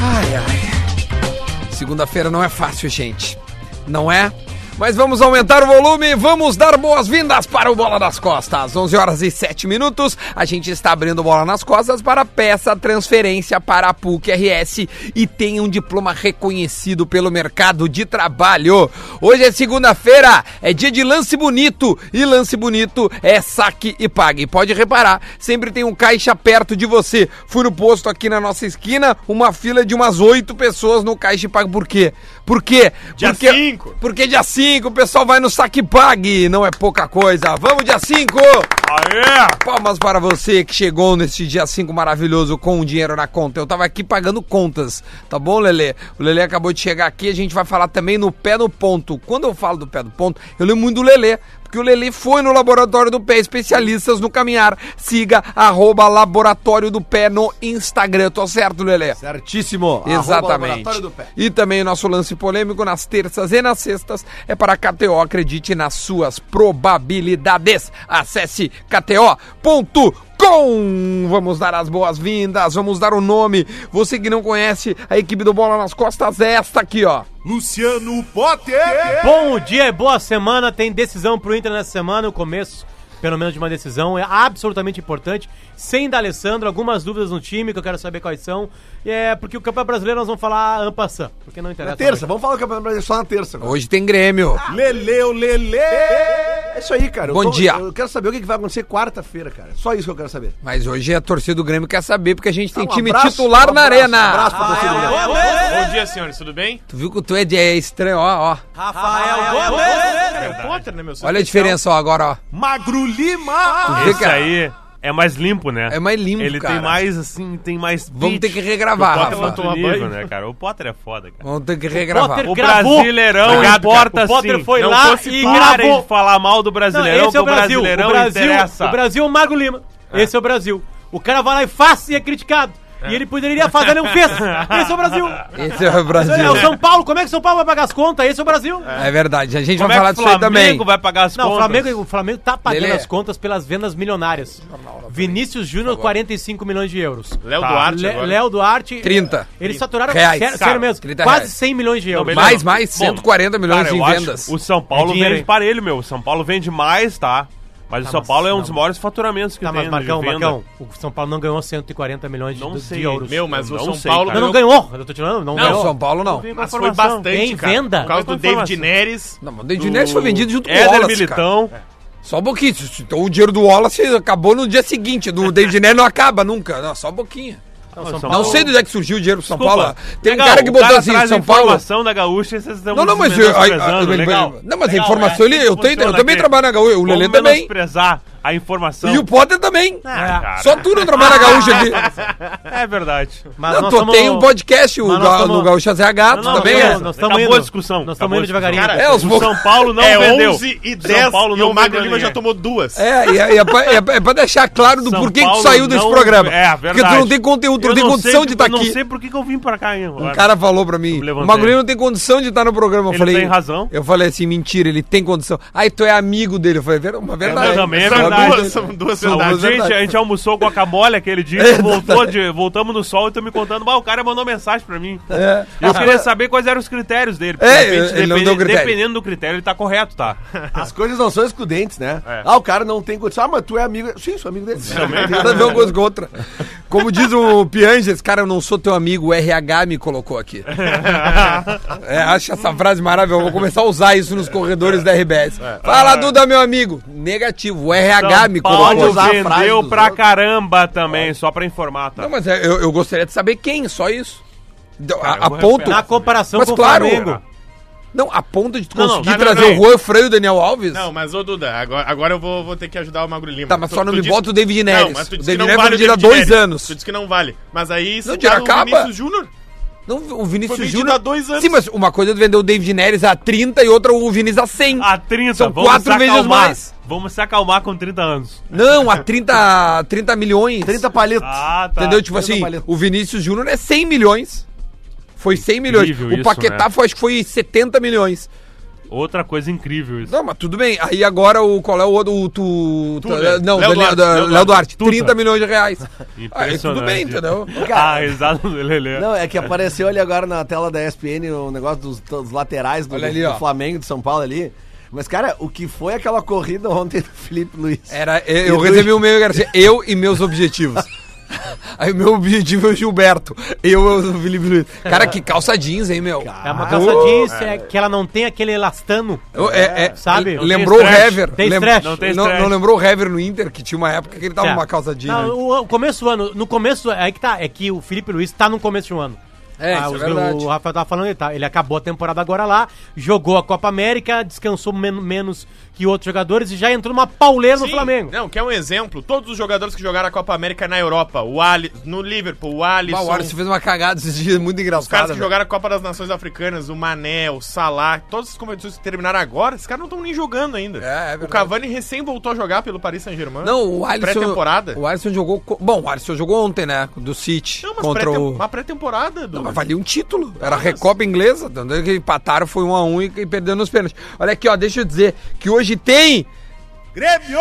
ai, ai. Segunda-feira não é fácil, gente. Não é? Mas vamos aumentar o volume, vamos dar boas-vindas para o Bola das Costas. 11 horas e 7 minutos, a gente está abrindo Bola nas Costas para peça transferência para a PUC RS e tem um diploma reconhecido pelo mercado de trabalho. Hoje é segunda-feira, é dia de lance bonito e lance bonito é saque e pague. Pode reparar, sempre tem um caixa perto de você. Fui no posto aqui na nossa esquina, uma fila de umas 8 pessoas no caixa e pague. Por quê? Por quê? Dia porque, 5. Porque dia 5 o pessoal vai no saque pague, não é pouca coisa. Vamos dia 5! Aê! Palmas para você que chegou neste dia 5 maravilhoso com o dinheiro na conta. Eu tava aqui pagando contas, tá bom, Lelê? O Lelê acabou de chegar aqui, a gente vai falar também no pé no ponto. Quando eu falo do pé no ponto, eu lembro muito do Lelê, porque o Lelê foi no Laboratório do Pé, especialistas no caminhar. Siga arroba Laboratório do Pé no Instagram. Tô certo, Lelê? Certíssimo. Arroba Exatamente. Laboratório do Pé. E também o nosso lance polêmico nas terças e nas sextas é para a KTO. Acredite nas suas probabilidades. Acesse kto.com. Vamos dar as boas-vindas, vamos dar o nome. Você que não conhece a equipe do Bola nas Costas é esta aqui, ó. Luciano Potter. Bom dia e boa semana. Tem decisão pro Inter nessa semana, o começo, pelo menos, de uma decisão. É absolutamente importante. Sem D'Alessandro, algumas dúvidas no time que eu quero saber quais são. E É porque o Campeonato Brasileiro nós vamos falar ampassã, porque não É Tá interessa. Na terça, vamos falar do Campeonato Brasileiro só na terça. agora. Hoje tem Grêmio. Leleu, Lele. É isso aí, cara. Eu Bom dia. Eu quero saber o que que vai acontecer quarta-feira, cara. Só isso que eu quero saber. Mas hoje a torcida do Grêmio quer saber, porque a gente tem Um time abraço, titular um na abraço, arena. Ah, é. Um abraço pra torcida do Grêmio. Bom dia, senhores, tudo bem? Tu viu que tu é, de- é estranho, ó, ó. Ah, é Ah, é Tá Rafael Gomes. É o Potter, né, meu Olha a diferença, ó, agora, ó. Magro Lima. Tu vê que Esse a- aí é mais limpo, né? É mais limpo, Ele cara. tem mais, assim, tem mais... Vamos beat. ter que regravar, O Potter Rafa. é outro nível, né, cara? O Potter é foda, cara. Vamos ter que regravar. Potter- O Gravou. Brasileirão Obrigado, cara. importa O Potter sim. foi não lá e parem gravou. de falar mal do Não, Brasileirão, esse é o que o Brasil. O Brasileirão Brasil, interessa. o Brasil é o Mago Lima. Esse é o Brasil. O cara vai lá e faz e é criticado. E ele poderia fazer, ele não fez. Esse é o Brasil. Esse é o Brasil. É o São Paulo. Como é que o São Paulo vai pagar as contas? Esse é o Brasil. É verdade, a gente Como vai é falar que disso o aí Flamengo também. vai pagar as Não, o contas? Flamengo, o Flamengo tá pagando Lelê. as contas pelas vendas milionárias. Vinícius Júnior, 45 milhões de euros. Léo Duarte Le- agora. Léo Duarte. eh, 30. Eles saturaram. Reais. sério, Cara, sério mesmo. 30 quase reais. 100 milhões de euros. beleza. Mais, mais, Bom, 140 milhões Cara, em eu acho vendas. O São Paulo É dinheiro, vende hein? parelho, meu. O São Paulo vende mais, tá? Mas o São mas- Paulo é um não, dos mas- maiores faturamentos que Tá, tem mas de Marcão, venda. Marcão, o São Paulo não ganhou 140 milhões de, Não de sei. euros. Meu, mas Eu o não São sei, Paulo... cara. não, não ganhou. Eu tô te falando, não, Não, Não, ganhou. São Paulo não. Mas foi bastante, Tem cara. venda? Por causa Foi do com informação. David Neres. Não, mas o David Neres foi vendido junto com o Éder Wallace, cara. Militão. Só um pouquinho. se- se- Então o dinheiro do Wallace acabou no dia seguinte. Do David Neres não acaba nunca. Não, só um pouquinho. Não, São Não Paulo- sei de onde é que surgiu o dinheiro pro São Desculpa, Paulo. Tem um legal, cara que o botou assim, traz São Paulo... informação da gaúcha e vocês estão Não, não, mas eu, a- a- menosprezando, ele- legal. não, mas a Legal, informação é ele, assim eu, que tenho, eu funciona também aqui. trabalho na Gaúcha, o Vamos Lelê também. menosprezar a informação. E o Potter também. Ah, Só cara, tu não trabalha na Gaúcha aqui. É verdade. Mas Não, nós tu tamos- tem um podcast, o mas nós Ga- tamo- do Gaúcha ZH, tu Não, não, também não, é. não, nós Acabou tamo indo. a discussão. Acabou Nós estamos a indo discussão. devagarinho. Cara, É, os O São Paulo não é vendeu. 11 e O 10 São Paulo e não o Magro vendeu Lima já ninguém. tomou duas. É, e é, e é pra, é pra- é pra deixar claro do São porquê que tu Paulo saiu desse não- programa. É, verdade. Porque tu não tem conteúdo, tu Eu não tem sei condição de estar eu aqui. Não sei por que que eu vim pra cá, hein? Um cara falou pra mim, Eu me levantei. o Magrinho não tem condição de estar no programa. Eu Ele falei, tem razão. Eu falei assim, mentira, ele tem condição. Aí tu é amigo dele. Eu falei, "Ver- uma verdade. Não, também é Só verdade. amigo dele. São duas São A duas gente, a verdades. É gente almoçou com a camole aquele dia, voltou de- voltamos no sol e estão me contando. Mas o cara mandou mensagem pra mim. É. Eu queria saber quais eram os critérios dele. porque, É, de repente, ele não depende- deu critério. Dependendo do critério, ele tá correto, tá? As coisas não são excludentes, né? É. Ah, o cara não tem condição. Ah, mas tu é amigo. Sim, sou amigo dele. Não tem nada né? a ver uma coisa com outra. Como diz o Pianges, cara, eu não sou teu amigo, o RH me colocou aqui. É, acho essa frase maravilhosa. Eu Vou começar a usar isso nos corredores da RBS. É. Fala, Duda, meu amigo. Negativo, o RH me São Paulo colocou. usar a frase vendeu dos pra outros. caramba também, só pra informar, tá? Não, mas é, eu, eu gostaria de saber quem, só isso. Do- a, eu a vou ponto. referir. Na comparação Mas com claro. o Flamengo. Não, a ponto de tu Não, não, conseguir não, não, trazer não, o não. Juan Freio e o Daniel Alves? Não, mas ô Duda, agora, agora eu vou, vou ter que ajudar o Magro Lima. Tá, mas Tu- só não tu me disse- bota o David Não, Neres. mas tu o disse que David não Neres vai vale o me tirar David dois Neres. Tu anos. disse que não vale. Mas aí Não, se tá Diracaba. o Vinícius Júnior. Não, o Vinícius Foi vendido Júnior. há tá dois anos. Sim, mas uma coisa é tu vender o David Neres a 30 e outra o Vinícius a 100. A 30, São Ah, vamos quatro se vezes acalmar. mais. Vamos se acalmar com 30 anos. Não, a 30, 30 milhões. 30 palitos. Ah, tá. Entendeu? Tipo assim, paleta. o Vinícius Júnior é 100 milhões. Foi 100 milhões. Incrível o isso, Paquetá né? foi, acho que foi 70 milhões. Outra coisa incrível isso. Não, mas tudo bem. Aí agora o qual é o outro? O tu, tu- Tuller. não, Léo Daniel- Duarte, da- Léo Léo Duarte. Tuta. 30 milhões de reais. Aí Ah, tudo Impressionante. bem, entendeu? Ah, a risada do Lelê. Não, é que apareceu ali agora na tela da ESPN o negócio dos, dos laterais do, Olha ali, do ó. Flamengo, de São Paulo ali. Mas, cara, o que foi aquela corrida ontem do Felipe Luiz? Era, eu eu E recebi um e-mail Garcia, eu e meus objetivos. Aí o meu objetivo é o Gilberto. Eu e o Felipe Luiz. Cara, que calça jeans, hein, meu? É uma calça jeans é, que ela não tem aquele elastano. ah, Eu- é- é, Sabe? l- Lembrou o Não tem stretch. Hever. Tem Lem- stretch. Não, Não tem não stretch. lembrou o Hever no Inter, que tinha uma época que ele tava É. numa calça jeans. Não, né? o, o começo do ano, no começo, é aí que tá, é que o Felipe Luiz tá no começo de um ano. É, isso é os- verdade. O Rafael tava falando, ele, tá, ele acabou a temporada agora lá, jogou a Copa América, descansou men- menos que outros jogadores e já entrou numa pauleira no Sim. Flamengo. Não, que é um exemplo. Todos os jogadores que jogaram a Copa América na Europa, o Ali, no Liverpool, o Alisson, Bah, o Alisson fez uma cagada esses dias, muito os caras engraçada. que velho. jogaram a Copa das Nações Africanas, o Mané, o Salah, todas as competições que terminaram agora, esses caras não estão nem jogando ainda. É, é o verdade. Cavani recém voltou a jogar pelo Paris Saint-Germain. Não, o Alisson. Pré-temporada? O Alisson jogou. co- Bom, o Alisson jogou ontem, né? Do City. Não, mas contra pré-tem- o. uma pré-temporada do. Não, mas valia um título. Era a Recopa Inglesa. Tanto é que empataram, foi um a um e e perderam nos pênaltis. Olha aqui, ó, deixa eu dizer que hoje tem. Grêmio!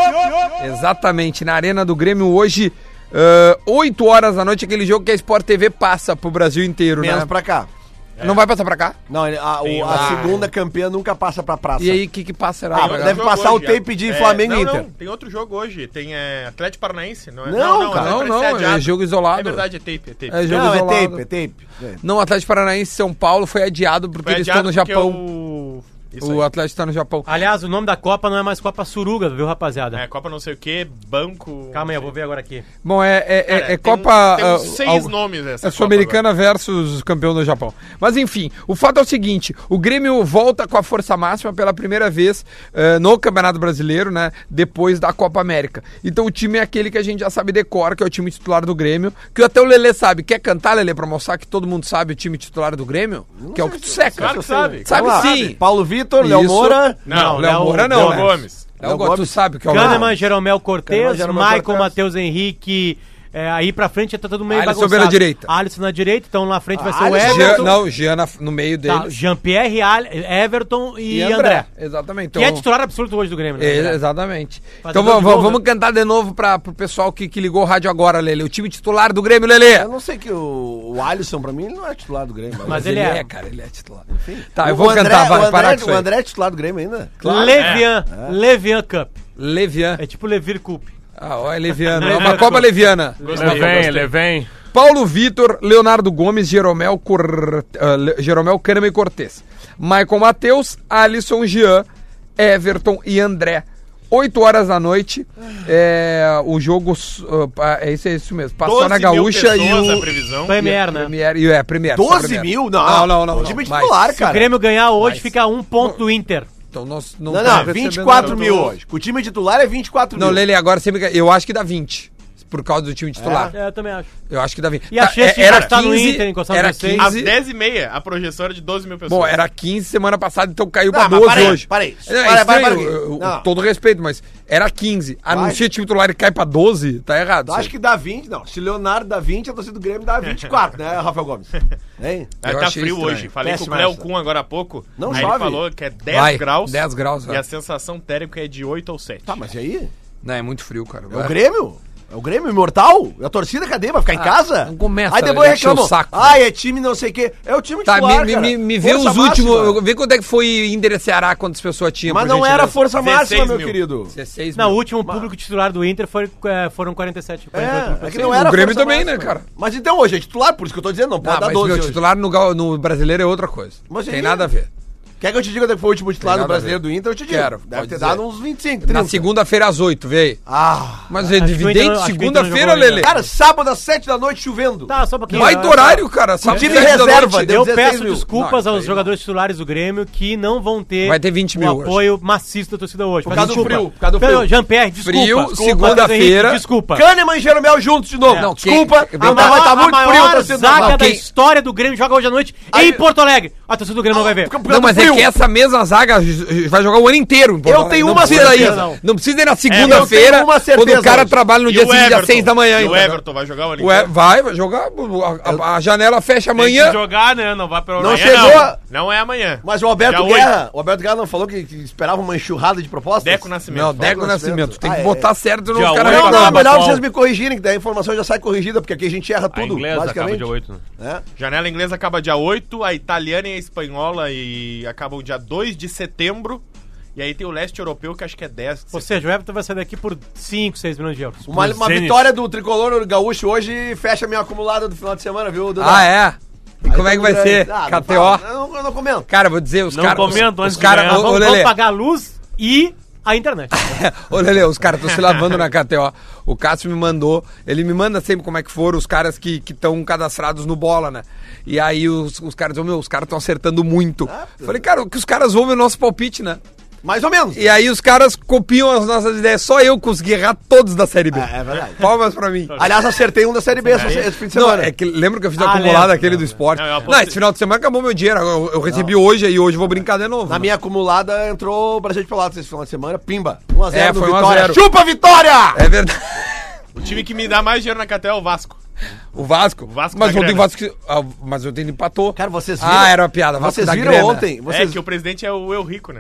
Exatamente, na Arena do Grêmio hoje. ah, 8 horas da noite, aquele jogo que a Sport TV passa pro Brasil inteiro, Menos né? pra cá. É. Não vai passar pra cá? Não, ele- a, o- Tem a lá. segunda campeã nunca passa pra praça. E aí, o que que passa? Será? Ah, pra Tem cá? deve outro passar jogo é, o tape de Flamengo e não, Inter. Não, tem outro jogo hoje. Tem é, Atlético Paranaense. Não, é, Não, cara, Não, é não, pra ser é adiado. jogo isolado. É verdade, é tape, é tape. É jogo Não, é isolado. tape, é tape. É. Não, o Atlético Paranaense e São Paulo foi adiado porque Foi eles estão adiado no porque Japão. o- Isso O aí. Atlético tá no Japão. Aliás, o nome da Copa não é mais Copa Suruga, viu, rapaziada? É, Copa não sei o que, banco... Calma aí, eu vou ver agora aqui. Bom, é, é, é- Cara, é tem- um- Copa. Tem uns ah, seis algo- nomes essa É Copa Sul-Americana versus campeão do Japão. Mas enfim, o fato é o seguinte: o Grêmio volta com a força máxima pela primeira vez eh, no Campeonato Brasileiro, né? Depois da Copa América. Então o time é aquele que a gente já sabe decor, que é o time titular do Grêmio. Que até o Lelê sabe. Quer cantar, Lelê, pra mostrar que todo mundo sabe o time titular do Grêmio? que é o que tu seca. Claro que sabe. Sabe Vamos lá. sim. Paulo Vitor, Léo Isso. Moura. agora. Não, Não, Léo, Léo Moura não, Léo né? Gomes. Léo Léo Gomes, tu Gomes. sabe que é o Kahneman, Jeromel Kahneman, Cortez, Jeromel Maicon, Cortez. Matheus Henrique. é, aí pra frente é todo meio Alisson bagunçado. pela direita. Alisson na direita, então lá na frente vai ser o Alisson. Jean, Everton. Não, Jean na- no meio dele. tá, Jean-Pierre, Al- Everton e, André. Exatamente. Que é Então- titular absoluto hoje do Grêmio, né? É, exatamente. Fazer então gol vamos, de novo, vamos né? cantar de novo para pro pessoal que, que ligou o rádio agora, Lele. O time titular do Grêmio, Lele. Eu não sei que o, o Alisson, pra mim, ele não é titular do Grêmio. Mas ele é. cara, ele é titular. Tá, eu vou cantar, vai, o André, parar com isso O aí. André é titular do Grêmio ainda? Levian, Levian Cup. Levian. É tipo Levir Cup. Ah, ó, é Leviano. É uma Copa Leviana. é Levem, Levem. Paulo Vitor, Leonardo Gomes, Jeromel, Cor... ah, Le- Jeromel Kahneman e Cortez. Maicon Matheus, Alisson Jean, Everton e André. 8 horas da noite. É, o jogo. s- ah, pa- é, isso, é isso mesmo. Passou 12 na mil Gaúcha e pessoas o. a previsão. Premier, né? Premier, e é, Premier. só 12 Premier. mil? Não, não, não. Time é não, titular, mais. Se o cara. Grêmio ganhar hoje, Mas- fica um ponto do Inter. Então nós não, Não, tá estamos não, recebendo 24 nada. mil hoje. Com o time titular é 24 Não, mil. Lele, agora sempre. Eu acho que dá 20. Por causa do time titular. É, eu também acho. Eu acho que dá Tá, 20. E a chance de encostar no Inter, encostar no era vocês? 15, Às 10h30, a projeção era de 12 mil pessoas. Bom, era 15 semana passada, então caiu pra Não, mas 12 para aí, hoje. para aí. Não, é Para, para, estranho, para aí. eu- eu- Não. todo respeito, mas era 15. Anuncia time titular e cai pra 12, tá errado. Eu isso Acho aí. que dá 20, não. Se Leonardo dá 20, a torcida do Grêmio dá 24, né, Rafael Gomes? Hein? Aí eu tá achei frio estranho. hoje. Falei Péssima com o Cléo essa. Kuhn agora há pouco. Não aí chove. ele falou que é 10 Vai, graus. 10 graus, E é. a sensação térmica é de 8 ou 7. Tá, mas e aí? Não, é muito frio, cara. É o Grêmio? É o Grêmio imortal? É A torcida cadê? Vai ficar em Ah, casa? não começa, Aí depois velho, enche o reclamam. saco. né?" Ai, é time não sei o quê. É o time Tá, titular, me, cara. me, me vê Força os últimos. máxima. Vê quonto é que foi Inter e Ceará, quantas pessoas tinham. Mas por não gentileza. era força 16 máxima, meu mil. querido. 16 Não, o mil. último público titular do Inter foi, é, foram 47. 48 mil É, é pessoas. que não era O Grêmio força também, máxima. né, cara? Mas então hoje é titular, por isso que eu tô dizendo, não pode Ah, dar mas 12 meu hoje. titular no, gal- no brasileiro é outra coisa. Mas Tem aí- nada a ver. Quer que eu te diga qual foi o último titular Tem do nada a brasileiro ver. do Inter? Eu te digo. Quero, Deve pode ter dizer. dado uns 25, 30. Na segunda-feira às 8, vê aí. Ah. Mas é Acho que o Inter não- evidente, acho que o Inter não segunda-feira, jogou ainda. Lele. Cara, sábado às 7 da noite chovendo. Tá, só um pouquinho. Baita horário, cara. Sábado time às 10 da reserva, noite. deu Eu 16 peço mil. desculpas Não, isso aí aos jogadores titulares do Grêmio que não vão ter, Vai ter 20 mil o apoio maciço da torcida hoje. Por causa do frio, por causa do frio. Jean-Pierre, desculpa. Frio, Desculpa, segunda-feira. Matheus Henrique, Desculpa. Kahneman e Jeromel juntos de novo. É. Não, Desculpa, quem- a Não, A maior, vai tá a muito maior frio, torcedor. zaga Não, da quem- história do Grêmio joga hoje à noite Aí- um em Porto Alegre. A torcida do Grêmio não vai ver. Não, mas é Porque essa mesma zaga j- vai jogar o ano inteiro. em Porto Eu Alegre. tenho não uma precisa certeza. ir- Não. precisa ir na eu segunda-feira, tenho uma quando o certeza cara hoje. trabalha no E dia o seguinte, Everton? às seis da manhã. E o entendeu? Everton vai jogar o O E- vai, vai jogar. a- A, a janela fecha Tem que amanhã. jogar, né? Não vai pra Não Amanhã chegou. Não, não é amanhã. Mas o Alberto Dia oito. Guerra, o Alberto Guerra não falou que, que esperava uma enxurrada de propostas? Deco Nascimento. Não, Deco Nascimento. Nascimento. Tem Ah, que é. botar certo Dia nos caras. oito Não, não, é Acaba, melhor Paulo. vocês me corrigirem, que daí a informação já sai corrigida, porque aqui a gente erra A tudo, inglesa acaba basicamente. de 8. né? né? Janela inglesa acaba dia 8, a italiana e a espanhola e acabam dia 2 de setembro. E aí tem o leste europeu que acho que é 10. de Ou seja, o Everton vai sair daqui por 5, 6 milhões de euros. Uma, uma Zenit. vitória do tricolor gaúcho hoje fecha minha acumulada do final de semana, viu, Duda? Ah, é? E como é que vai ser? Ah, não fala. KTO. Eu não, eu não comento. Cara, vou dizer, os Não caras. os- comento antes Os de ganhar. caras. Ô, Vamos, ô, vamos Lelê. pagar a luz e a internet. Ô, Lele, os caras estão se lavando na KTO. O Cássio me mandou, ele me manda sempre como é que foram os caras que estão cadastrados no bola, né? E aí os, os caras dizem, meu, os caras estão acertando muito. Eu Falei, cara, o que os caras ouvem é o nosso palpite, né? Mais ou menos. E aí os caras copiam as nossas ideias. Só eu consegui errar todos da Série B. É, é verdade. Palmas pra mim. Aliás, acertei um da Série B essa- esse fim de Não, semana. é que lembra que eu fiz o Ah, acumulado lembro, aquele do esporte. Não, eu Não, apostei. esse final de semana acabou meu dinheiro. Eu, eu recebi hoje e hoje eu vou brincar de novo. Na né? minha acumulada entrou o Brasil de Pelotas esse final de semana. Pimba. 1x0 É, foi 1 a Vitória. 0. Chupa, Vitória! É verdade. setembro. O time que me dá mais dinheiro na Catel é o Vasco. O Vasco. Vasco mas da ontem o Grana. Vasco. que- ah, Mas ontem ele empatou. Cara, vocês Ah, era uma piada, Vasco Vocês da viram Grana. ontem? Vocês, É que o presidente é o Eu Rico, né?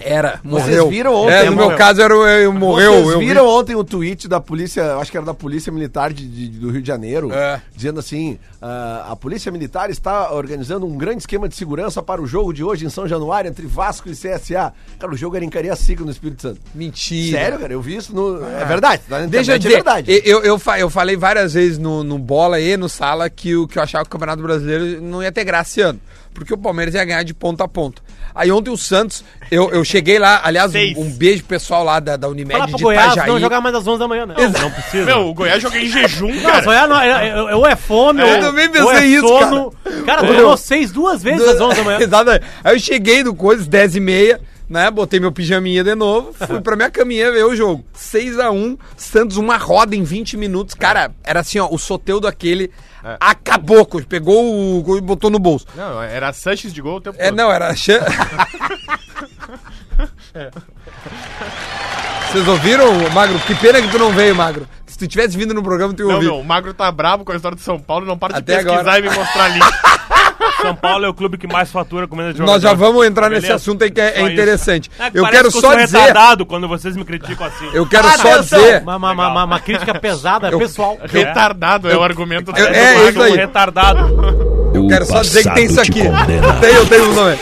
Era, morreu. viram ontem, É, no morreu. meu caso era o- eu, morreu. vocês eu vi. viram ontem o tweet da polícia, eu acho que era da Polícia Militar de- de- do Rio de Janeiro, É. dizendo assim: ah, a Polícia Militar está organizando um grande esquema de segurança para o jogo de hoje em São Januário entre Vasco e CSA. Cara, o jogo era em Cariacica, no Espírito Santo. Mentira. Sério, cara, eu vi isso no. É verdade. na né? Deixa eu internet dizer, é verdade. Eu, eu, fa- eu falei várias vezes no, no Bola e no Sala que, o, que eu achava que o Campeonato Brasileiro não ia ter graça esse ano. Porque o Palmeiras ia ganhar de ponta a ponta. Aí ontem o Santos, eu, eu cheguei lá, aliás, Seis. um, um beijo pro pessoal lá da, da Unimed Fala pro É de Goiás, Itajaí. não jogar mais às 11 da manhã, né? Exato. Não precisa. Meu, o Goiás joga em jejum, Não, só cara. é, não, é- é- é- ou é fome, Eu ou, também ou é pensei isso, sono. Cara, tomou seis duas vezes às 11 da manhã. Exato. Aí eu cheguei do Coisas, 10 e meia, né? Botei meu pijaminha de novo, fui pra minha caminha ver o jogo. 6x1, Santos, uma roda em 20 minutos. Cara, era assim, ó, o soteudo aquele É. acabou, com- pegou o gol e botou no bolso. Não, era Sanches de gol o tempo É, todo. não, era... a chan- É. Vocês ouviram, Magro? Que pena que tu não veio, Magro. Se tu tivesse vindo no programa, tu ia Não, ouvir. meu, o Magro tá bravo com a história do São Paulo, não para Até de pesquisar agora. e me mostrar link. São Paulo é o clube que mais fatura com menos Nós jogadores. já vamos entrar nesse Beleza? assunto aí que é, é Só isso. interessante. É que eu parece quero só que sou dizer... retardado quando vocês me criticam assim. Eu quero só Atenção! dizer... Uma, uma, uma, uma- uma crítica pesada, pessoal. Retardado é o argumento eu- é, Sou é isso aí. um retardado. Eu quero só dizer que tem isso aqui. Tem, eu tenho o nome.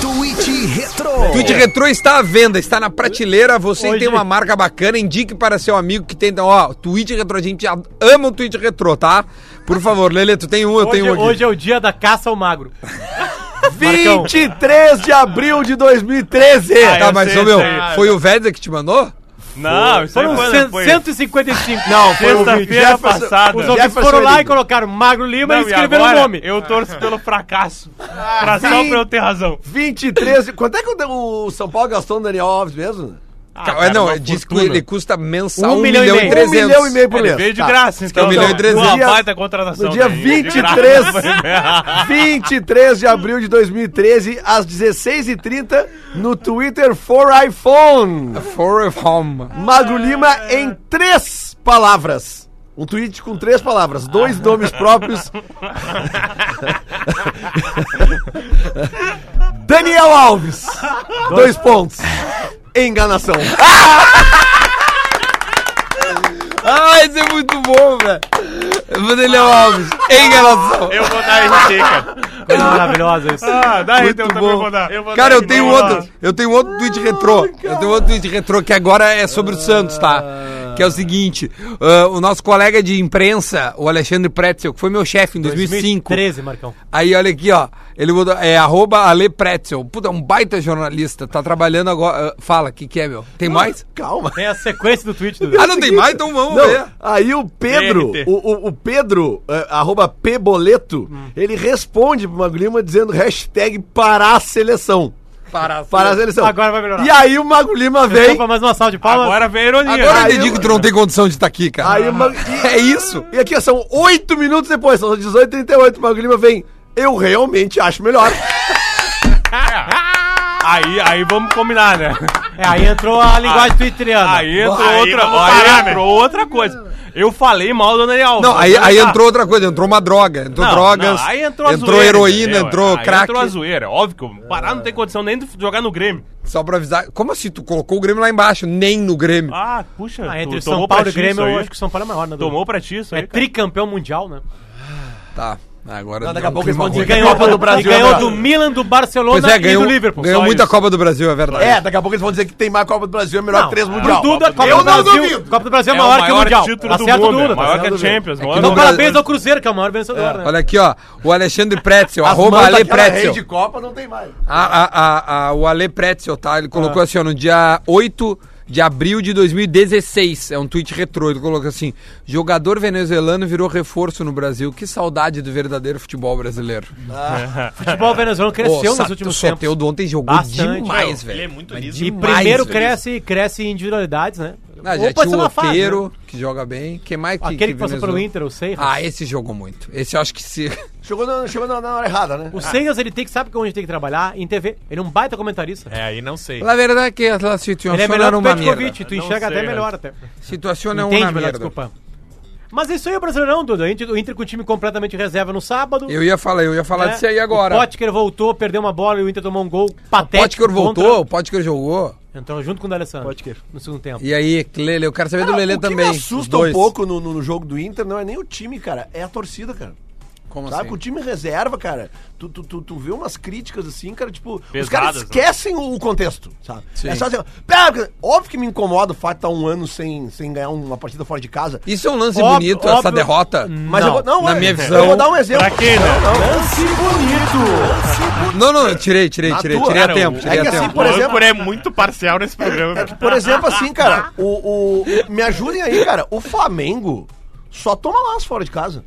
Twitch Retro. Tweet Retro está à venda, está na prateleira. Você Hoje- tem uma marca bacana, indique para seu amigo que tem. Então, ó, Twitch Retro, a gente a- ama o Tweet Retro, tá? Por favor, Lele, tu tem um, eu Hoje, tenho um aqui. hoje é o dia da caça ao magro. Marcão. 23 de abril de 2013. Ah, tá, eu mas, sei, ô, meu, eu sei. foi o Vedra que te mandou? Não, isso aí Foram foi, cen- não foi. 155. Não, foi o Sexta-feira Jefferson- passada. Os Jefferson ouvintes foram lá e Henrique. colocaram Magro Lima Não, e e escreveram o agora nome. Eu torço pelo fracasso. Ah, pra só sim. pra eu ter razão. 23. de- Quanto é que o o São Paulo gastou no Daniel Alves mesmo? Ah, Ca- cara, não, é uma diz que fortuna. ele custa mensal Um 1 milhão e milhão meio. e É, Um 300. milhão e meio por Ele mês. veio de Tá. graça, então. um milhão e Uma trezentos. baita contratação. No né? dia Veio de 23. graça. 23 de abril de 2013, às 16h30, no Twitter for iPhone. For home. Magro Lima em três palavras. Um tweet com três palavras, dois nomes próprios. Daniel Alves. Dois pontos. Enganação. Ah, isso é muito bom, velho. Daniel Alves, enganação. Eu vou dar RT, cara. Coisa maravilhosa isso. Ah, dá RT, eu Muito também bom. vou dar. vou Cara, dar eu RT, tenho vou dar. outro. Eu tenho outro tweet retrô. Eu tenho outro tweet retrô que agora é sobre o Santos, tá? Que é o seguinte, ah, o nosso colega de imprensa, o Alexandre Pretzel, que foi meu chefe em 2005. 13, Marcão. Aí olha aqui, ó, ele mudou, é arroba Ale Pretzel. Puta, um baita jornalista, tá trabalhando agora. ah, fala, o que que é, meu? Tem mais? Calma. Tem a sequência do tweet do Ah, não tem mais? Então vamos Não, ver. aí o Pedro, TNT. o, o- o Pedro, é, arroba Peboleto, ele responde pro Magro Lima dizendo hashtag para a seleção. Para, Para a seleção. Agora vai melhorar. E aí o Magro Lima vem. Desculpa, Então, mais uma salva de palmas. Agora vem a ironia. Agora eu Aí entendi eu- que tu não tem condição de estar aqui, cara. Aí o Mag- e- É isso. E aqui ó, são oito minutos depois, são 18h38, o Magro Lima vem. Eu realmente acho melhor. Aí, aí vamos combinar, né? É, aí entrou a linguagem twitteriana. Aí entrou Aí outra, vamos aí parar, né? entrou outra coisa. Eu falei mal do Daniel. Não, aí, aí Vamos combinar. entrou outra coisa, entrou uma droga, entrou Ah. Não, drogas, não, aí entrou, a entrou zoeira, heroína, entendeu? entrou Aí crack. Entrou a zoeira, óbvio que o Pará não tem condição nem de jogar no Grêmio. Só pra avisar, como assim tu colocou o Grêmio lá embaixo, nem no Grêmio? Ah, puxa, Ah, entre tu São tomou Paulo pra e ti isso Grêmio, aí. eu acho que o São Paulo é maior, né? Dudu? Tomou pra ti isso É aí, cara. tricampeão mundial, né? Tá, agora... Não, daqui deu a um pouco eles clima vão ruim. dizer Ganhou a Copa do Brasil, e ganhou né? do Milan, do Barcelona Pois é, ganhou, e do Liverpool. ganhou só muita isso. Copa do Brasil, é verdade. É, daqui a pouco eles vão dizer que tem mais Copa do Brasil, é melhor que três mundial. Pro Duda, é Copa eu do não Brasil, duvido. Copa do Brasil é, É o maior, que o maior Mundial. título Tá do certo, mundo, Duda, é tá maior certo. que a Champions. maior Então, no número. parabéns ao Cruzeiro, que é o maior vencedor, né? Olha aqui, ó, o Alexandre Pretzel, As arroba mãos Ale daquela Pretzel. rede de Copa não tem mais. A, a, a, a- o Ale Pretzel, tá? Ele colocou assim, ó, no dia 8 de abril de 2016. É um tweet retrô. Ele colocou assim: jogador venezuelano virou reforço no Brasil. Que saudade do verdadeiro futebol brasileiro. O futebol venezuelano cresceu nos últimos Soteudo tempos. ontem jogou Bastante, demais, Ele velho. é muito Mas liso. E demais, primeiro velho. cresce, cresce em individualidades, né? Ah, Ou já pode tinha o ser uma fase, Oteiro, né? que joga bem. Quem mais que Aquele que passou pelo Venezuela- Inter, o Seiras. Ah, esse jogou muito. Esse eu acho que se. Chegou na, chegou na, na hora errada, né? O Seiras, ele tem que sabe onde tem que trabalhar, em TV. Ele é um baita comentarista. É, aí não sei. Na verdade, é que a situação Ele é melhor era que o uma merda. Petkovic, tu Não enxerga sei, até né? melhor até. Situação é Entende uma melhor, merda. desculpa. Mas isso aí é o Brasileirão, Duda. O Inter- O Inter com o time completamente reserva no sábado. né? Eu ia falar, eu ia falar disso aí agora. O Potker voltou, perdeu uma bola e o Inter tomou um gol patético. Potker voltou, contra- o Potker jogou. Entrou junto com o D'Alessandro. Potker. No segundo tempo. E aí, Lele, eu quero saber do Cara, Lele o que também. me os assusta um dois. pouco no, no- no jogo do Inter não é nem o time, cara, é a torcida, cara. Como Sabe, assim? com o time reserva, cara, tu, tu, tu, tu vê umas críticas assim, cara, tipo, os Pesadas, caras né? esquecem o, o contexto, sabe? Sim. É só assim, ó, pá, porque- óbvio que me incomoda o fato de estar um ano sem, sem ganhar uma partida fora de casa. Isso é um lance Óbvio, bonito, óbvio. essa derrota. Mas eu vou, não, na é, minha visão- Eu vou dar um exemplo. Pra quê, né? Não, não. Não, não, eu tirei, tirei, Na tirei, tua, tirei a cara, tempo, o- tirei é a que assim, tempo. por O exemplo- âncora é muito parcial nesse programa. É que, por exemplo, assim, cara, o, o- Me ajudem aí, cara. O Flamengo só toma laço fora de casa.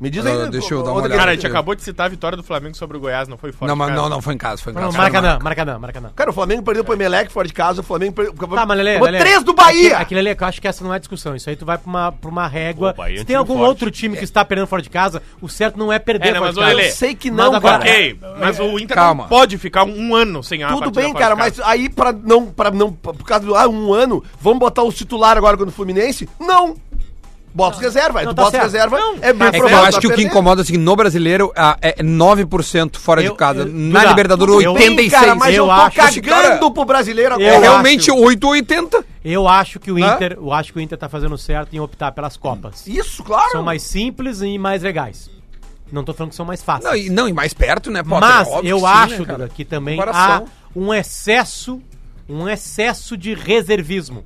Me diz aí. Ah, deixa eu dar uma outra olhada. Cara, a questão. gente acabou de citar a vitória do Flamengo sobre o Goiás, não foi fora Não, de mas casa. não, não, foi em casa, foi em casa. Não, Maracanã, Maracanã, Maracanã. Cara, o Flamengo perdeu pro Emelec fora de casa. O Flamengo perdeu. Tá, mas Lelê, Tomou Lelê, três do Bahia! Aquilo, aquilo ali, eu acho que essa não é discussão. Isso aí tu vai pra uma, pra uma régua. O Bahia é um Se tem time algum forte. outro time que está perdendo fora de casa, o certo não é perder É, não, fora mas de o casa. Lelê- Eu sei que Mas não, agora- cara. Ok, Mas o Inter Calma. não pode ficar um ano sem a Tudo partida bem, fora cara, de casa. mas aí pra não, pra não, pra- por causa do, ah, um ano, vamos botar os titular agora contra o Fluminense? Não! Bota os reserva, aí Não, tu tá bota os certo. reserva, Não, é bem É que eu acho tá que o que perdendo. incomoda, assim, no brasileiro ah, é 9% fora Eu- de casa. eu- Na Duda, Libertadores, eu- Tem, 86. cara, mas eu, Eu tô que, acho cara, cagando pro brasileiro agora. eu é acho- realmente 8 ou 80. Eu acho que o Hã? Inter, eu acho que o Inter tá fazendo certo em optar pelas copas. Isso, claro. São mais simples e mais legais. Não tô falando que são mais fáceis. Não e, não, e mais perto, né, Potter? Mas Óbvio eu que sim, né, acho, cara? Duda, que também há Comparação. um excesso, um excesso de reservismo.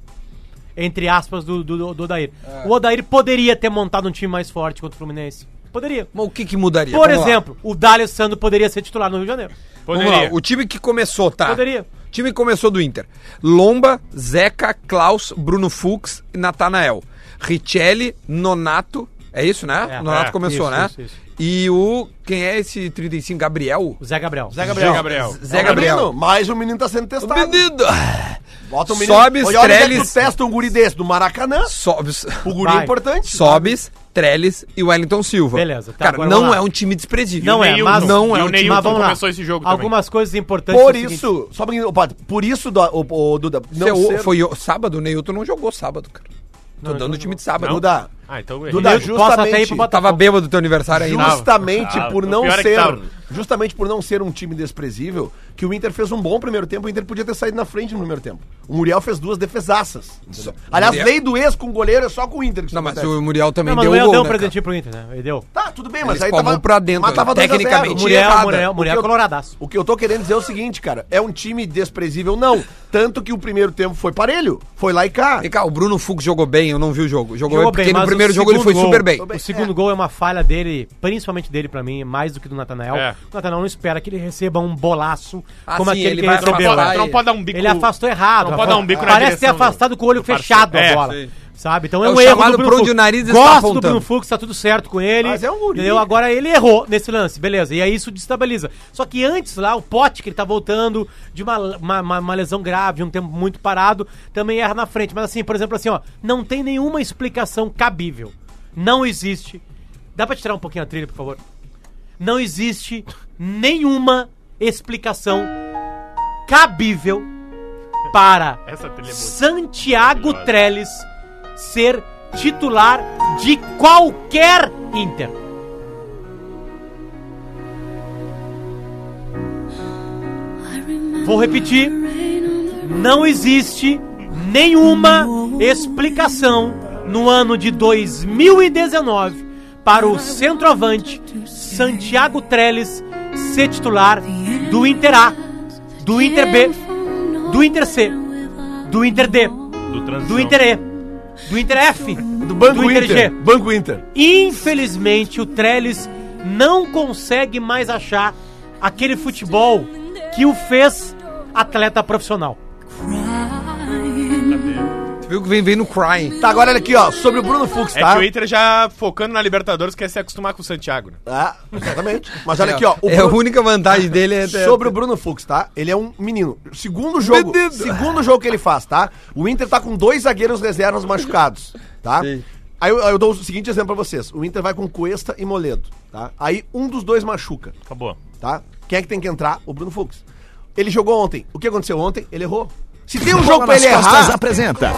Entre aspas, do, do, do Odair. É. O Odair poderia ter montado um time mais forte contra o Fluminense. Poderia. Mas o que que mudaria? Por Vamos lá. exemplo, o D'Alessandro poderia ser titular no Rio de Janeiro. Vamos lá, o time que começou, tá? Poderia. O time que começou do Inter. Lomba, Zeca, Klaus, Bruno Fux e Natanael. Richelli, Nonato. É isso, né? É, Nonato é, começou, isso, né? isso, isso. E o. Quem é esse 35? Gabriel? O Zé Gabriel. Zé Gabriel. Zé Gabriel. Zé Não, Gabriel. menino, Mas o menino tá sendo testado. Menino! Bota Sobe, Olha, olha onde é que Trellis. tu testa um guri desse do Maracanã. Sobes. O guri Vai. é importante. Sobes, Trellis e Wellington Silva. Beleza, tá, Cara, agora não vamos lá. é um time desprezível. Não é, Neilton. mas Não é E um time- o mas Neilton vamos lá. começou esse jogo também. Algumas coisas importantes. Por é o seguinte. isso, só um pouquinho, ô, Pato, por isso, do, ô, ô, Duda, não Seu- ser, Foi o- sábado, o Neilton não jogou sábado, cara. Tô Não, dando não tá, o time de sábado. Duda, Ah, então... Duda, ele- Eu posso até ir pro Justamente. Botafogo. Tava bêbado do teu aniversário ainda. justamente Tava. por O não pior é que ser, tava. justamente por não ser um time desprezível, que o Inter fez um bom primeiro tempo, o Inter podia ter saído na frente no primeiro tempo. O Muriel fez duas defesaças. entendeu? Aliás, Muriel- lei do ex com goleiro é só com o Inter. que isso Não, mas acontece. o Muriel também Não, mas o deu Muriel gol, deu um né, cara? presentinho pro Inter, né? Ele deu. Tá, tudo bem, mas Eles aí palmam tava pra dentro, mas tava né? 2 a 0. Tecnicamente. Muriel- Muriel, errada. Muriel, Muriel O que eu- coloradaço. O que eu tô querendo dizer é o seguinte, cara, é um time desprezível não, tanto que o primeiro tempo foi parelho, foi lá e cá. Vem cá, o Bruno Fux jogou bem, eu não vi o jogo. Jogou, Jogou bem, porque bem, mas no o primeiro jogo ele segundo foi gol- super bem. O segundo gol é uma falha dele, principalmente dele pra mim, mais do que do Natanael. É. O Natanael não espera que ele receba um bolaço Ah, como sim, aquele ele que vai recebeu. afastar né? ele. dar um bico... Ele afastou errado. Não pode dar um bico na Parece ter direção do- afastado com o olho do fechado parceiro. a É, bola. sim. Sabe? Então É é o um erro chamado do Bruno pra onde Fux. o nariz está Gosto do apontando. Bruno Fux, tá tudo certo com ele. Mas é um guri. Entendeu? Agora ele errou nesse lance, beleza. E aí isso destabiliza. Só que antes lá, o Pote, que ele tá voltando de uma, uma, uma- uma lesão grave, um tempo muito parado, também erra na frente. Mas assim, por exemplo, assim, ó, não tem nenhuma explicação cabível. Não existe. Dá pra tirar um pouquinho a trilha, por favor? Não existe nenhuma explicação cabível para Essa trilha é boa. Santiago Maravilhosa. Trellis ser titular de qualquer Inter. Vou repetir. Não existe nenhuma explicação no ano de 2019 para o centroavante Santiago Trellis ser titular do Inter A, do Inter B, do Inter C, do Inter D, Do do transição. Inter E, do Inter F, Do Banco do Inter Inter. G. Banco Inter. Infelizmente, o Trellis não consegue mais achar aquele futebol que o fez atleta profissional. Tu viu que vem, vem no crying. Tá, agora olha aqui, ó. Sobre o Bruno Fux, É tá? que o Inter já focando na Libertadores quer se acostumar com o Santiago, né? Ah, exatamente. Mas olha aqui, ó. O é, a Bruno- única vantagem dele é... Sobre o Bruno Fux, tá? Ele é um menino. Segundo jogo. Menino. Segundo jogo que ele faz, tá? O Inter tá com dois zagueiros reservas machucados, tá? Sim. Aí eu, eu dou o seguinte exemplo pra vocês. O Inter vai com Cuesta e Moledo, tá? Aí um dos dois machuca, Acabou. tá? Quem é que tem que entrar? O Bruno Fux. Ele jogou ontem. O que aconteceu ontem? Ele errou. Se tem um jogo pra ele errar, apresenta.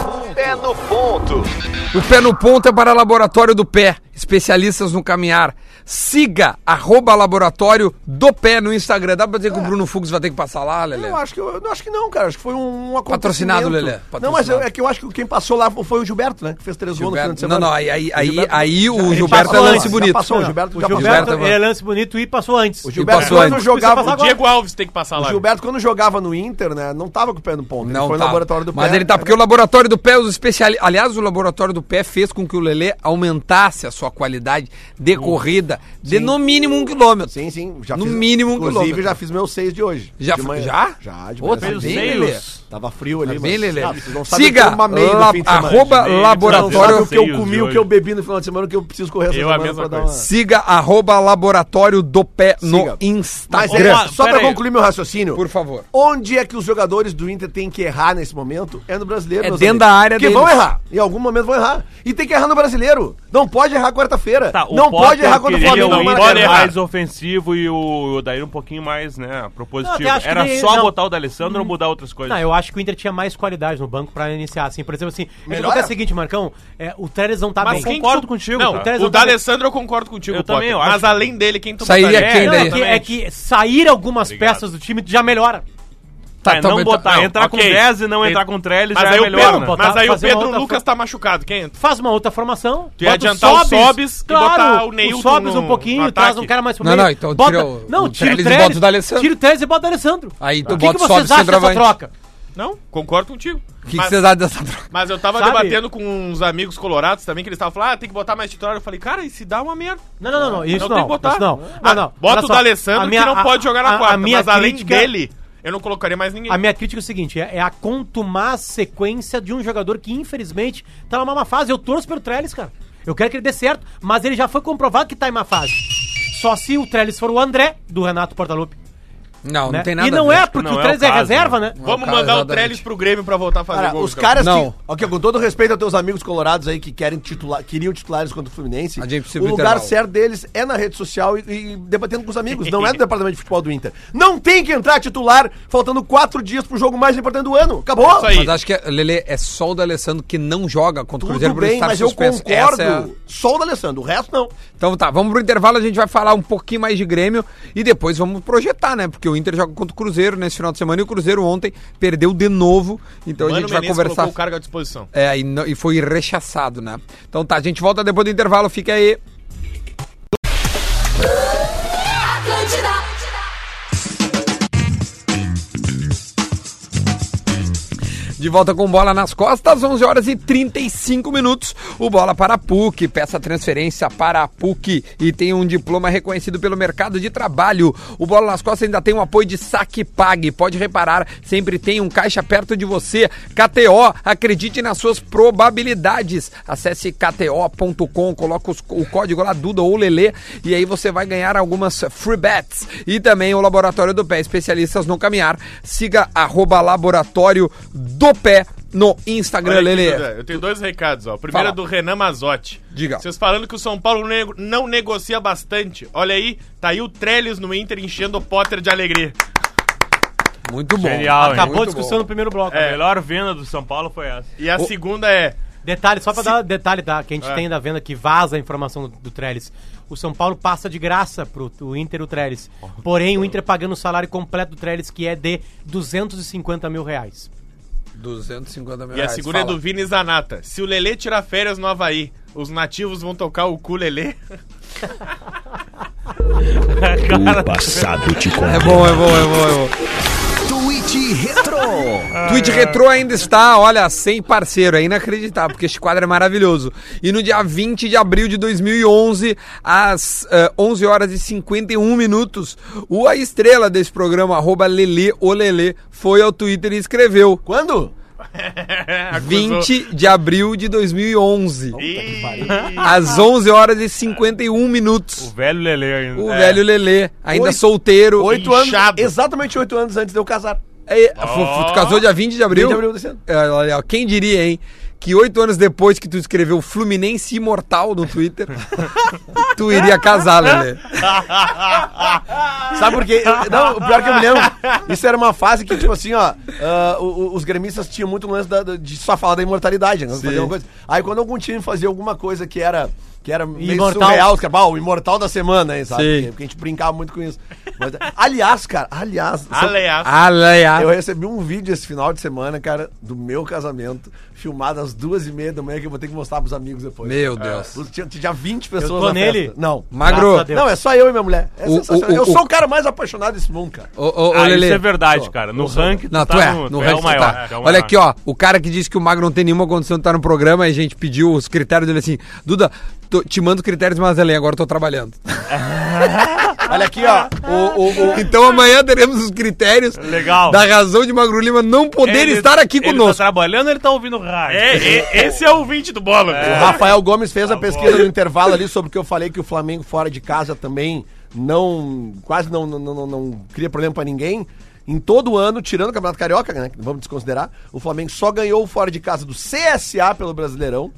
O Pé no Ponto é para Laboratório do Pé, especialistas no caminhar. Siga, arroba Laboratório do Pé no Instagram. Dá pra dizer que o Bruno Fux vai ter que passar lá, Lelê? Eu acho que eu, eu acho que É. não, cara. Acho que foi um, um acontecimento. Patrocinado, Lelê, Não, patrocinado. mas eu- é que eu acho que quem passou lá foi o Gilberto, né? Que fez três gols no final Gilberto- de semana. Não, não, aí, aí, aí, Gilberto- aí o Ele Gilberto é passou lance antes, bonito. Já passou, o Gilberto, O já passou. Gilberto, Gilberto- ele é lance bonito e passou antes. O Gilberto, passou quando antes. jogava, Precisa o passar Diego- Diego Alves tem que passar lá. o Gilberto quando jogava no Inter, né, não tava com o pé no ponto. Não, foi tá. no laboratório do Mas pé. ele tá, porque o laboratório do pé, os especialistas. Aliás, o laboratório do pé fez com que o Lelê aumentasse a sua qualidade Hum. de corrida de no mínimo um quilômetro. Sim, sim, já No mínimo um Inclusive quilômetro. já fiz meu seis de hoje. Já de fi- manhã. já? Já, de Ô, manhã. tá Tava bem, frio, Lelê. Tava frio ali, Tá bem, Lelê. Ah, vocês não sabem Siga, o que eu mamei no la- fim de semana. arroba Gente, laboratório Sabe o que eu Seios comi, de o que eu hoje. bebi no final de semana, que eu preciso correr essa Eu, a semana mesma dar coisa. uma- Siga arroba laboratório do pé no é. Siga. Mas Instagram. é, Ô, Ma- só pra pera aí. concluir meu raciocínio, Por favor. Onde é que os jogadores do Inter têm que errar nesse momento? É no brasileiro. É meus dentro da área Porque deles. vão errar. Em algum momento vão errar. E tem que errar no brasileiro. Não pode errar quarta-feira. Tá, o não pode Potter errar quando o queria Flamengo um marca. Potter mais ofensivo e o Daí um pouquinho mais, né, propositivo. Não, eu acho que Era nem- só não. Uhum. botar o D'Alessandro ou mudar outras coisas. Não, eu acho que o Inter tinha mais qualidade no banco pra iniciar, assim. Por exemplo, assim, é que Melhor acontece é. o seguinte, Marcão, é, o Trellis não tá Mas bem. quem concordo contigo, Não, cara. Três o eu também- D'Alessandro eu concordo contigo, Eu também, eu Mas acho. além dele, quem tu Sairia botaria? quem É, Não, daí? é, que, é que sair algumas Obrigado. peças do time já melhora. Tá, É, não então- botar, não, entrar ok. com 10 e não Tem- entrar com 3 Mas já aí, é o melhor, Pedro, né? botar- mas aí o fazer uma Pedro outra Lucas fo- tá machucado, quem entra? Faz uma outra formação. Tu ia bota adiantar o Sobis e botar o claro, o Neilton Sobis no- um pouquinho, no traz ataque. um cara mais pro Não, meio. não, então bota, tira o- não, o tira o Trellis e Trellis, bota o D'Alessandro. Tira o Trellis e bota o Alessandro. Aí tu O que, bota que o Sobis vocês acham dessa centroavante. troca? Não, concordo contigo. O que que mas, vocês acham dessa troca? mas eu tava Sabe? debatendo com uns amigos colorados também, que eles estavam falando, ah, tem que botar mais titular. Eu falei, cara, e se dá uma merda? Não, não, não, não, isso Não não. tem que botar. Isso não. Ah, não, não. Bota Olha o só, D'Alessandro a minha- que não a- pode jogar a- na quarta, a minha mas além crítica- dele, eu não colocaria mais ninguém. A minha crítica é o seguinte: é, é a contumaz sequência de um jogador que, infelizmente, tá numa má fase. Eu torço pelo Trellis, cara. Eu quero que ele dê certo, mas ele já foi comprovado que tá em má fase. Só se o Trellis for o André, do Renato Portaluppi. Não, né? não tem nada E não a ver. é porque Não o é Trellis o é, caso, reserva, né? cara, Vamos mandar o exatamente. Trellis pro Grêmio pra voltar a fazer Cara, gol. então. os caras Não. que. Ok, com todo respeito aos teus amigos colorados aí que querem titular, queriam titulares contra o Fluminense, A gente precisa o pro lugar intervalo. certo deles é na rede social e, e debatendo com os amigos, não é do departamento de futebol do Inter. Não tem que entrar titular faltando quatro dias pro jogo mais importante do ano. Acabou! Isso aí. Mas acho que, Lelê, é só o D'Alessandro que não joga contra o Tudo Cruzeiro por bem, estar mas eu suspenso. Essa concordo. é a- Só o da Alessandro, o resto não. Então tá, vamos pro intervalo, a gente vai falar um pouquinho mais de Grêmio e depois vamos projetar, né? Porque o Inter joga contra o Cruzeiro nesse final de semana e o Cruzeiro ontem perdeu de novo. Então a gente vai Menezes conversar. colocou o cargo à disposição. É, e, não- e foi rechaçado, né? Então tá, a gente volta depois do intervalo, fica aí. De volta com bola nas costas, 11 horas e 35 minutos. O Bola para a PUC, peça transferência para a PUC e tem um diploma reconhecido pelo mercado de trabalho. O Bola nas costas ainda tem um apoio de saque pague. Pode reparar, sempre tem um caixa perto de você. KTO, acredite nas suas probabilidades. Acesse kto.com, coloca os- o código lá Duda ou Lelê e aí você vai ganhar algumas free bets. E também o Laboratório do Pé, especialistas no caminhar. Siga arroba Laboratório do Pé no Instagram, Olha aqui, Lelê. Duda, Eu tenho dois recados, ó. O primeiro Fala. é do Renan Mazotti. Diga. Vocês falando que o São Paulo nego- não negocia bastante. Olha aí, tá aí o Trellis no Inter enchendo o Potter de alegria. Muito bom. Genial, hein? Acabou a Muito discussão bom. no primeiro bloco. A né? melhor venda do São Paulo foi essa. E a segunda é. Detalhe, só pra dar detalhe da, que a É. gente tem da venda que vaza a informação do, do Trellis. O São Paulo passa de graça pro o Inter o Trellis. Porém, o Inter pagando o salário completo do Trellis, que é de 250 mil reais. 250 mil E a reais. segunda é fala. do Vini Zanata. Se o Lelê tirar férias no Havaí, os nativos vão tocar o cu Lelê. Cara, Passado te É conta. bom, é bom, é bom, é bom. Twitch Retro. Ah. Tweet Retro ainda está, olha, sem parceiro, é inacreditável, porque este quadro é maravilhoso. E no dia 20 de abril de 2011, às eh, 11 horas e 51 minutos, o a estrela desse programa, arroba Lele Olele, foi ao Twitter e escreveu Quando? 20 de abril de 2011, E... às 11 horas e 51 o minutos. velho Lele ainda. O velho Lele, ainda é. Oito- solteiro. Oito anos. Inchado. Exatamente oito anos antes de eu casar. É, fu- fu- casou dia 20 de abril? 20 de abril desse ano. É, olha, ó, Quem diria, hein? Que oito anos depois que tu escreveu Fluminense Imortal no Twitter, tu iria casar, Lelê. Sabe por quê? Eu- não, o pior que eu me lembro, isso era uma fase que, tipo assim, ó, ah, o- o- os gremistas tinham muito lance da- da- de só falar da imortalidade, né? Fazer uma coisa. Aí quando algum time fazia alguma coisa que era, que era meio Imortal. surreal, os caras, "Bah, o imortal da semana, aí, sabe? Sim. Porque, porque a gente brincava muito com isso. Mas, aliás, cara, aliás, Aliás, Ah, Aleia. eu recebi um vídeo esse final de semana, cara, do meu casamento, filmado às duas e meia da manhã, que eu vou ter que mostrar pros amigos depois. Meu Deus. Os- Tinha, tinha 20 pessoas tô nele. festa. Não. Magro, Graças a Deus. Não, é só eu e minha mulher. É O- sensacional. o- o- eu sou o- o cara mais apaixonado desse mundo, cara. ô, ô, ô, Ah, Lelê. isso é verdade, cara. No ranking, Não, tá tu é. No tu é resto o tu maior. tá. tu é o Olha maior. aqui, ó. O cara que disse que o Magro não tem nenhuma condição de estar no programa, e a gente pediu os critérios dele assim: Duda, tô- te mando critérios, mas Lelê, agora eu tô trabalhando. Olha aqui, ó. Ah. O, o, o- Então amanhã teremos os critérios Legal. da razão de Magro Lima não poder estar aqui Ele conosco. tá trabalhando, ele tá ouvindo rádio. é, e- esse é o 20 do bola. o É. Rafael Gomes fez a pesquisa no intervalo ali sobre o que eu falei que o Flamengo fora de casa também não. quase não, não, não, não- não cria problema pra ninguém. Em todo ano, tirando o Campeonato Carioca, né? que Vamos desconsiderar, o Flamengo só ganhou fora de casa do CSA pelo Brasileirão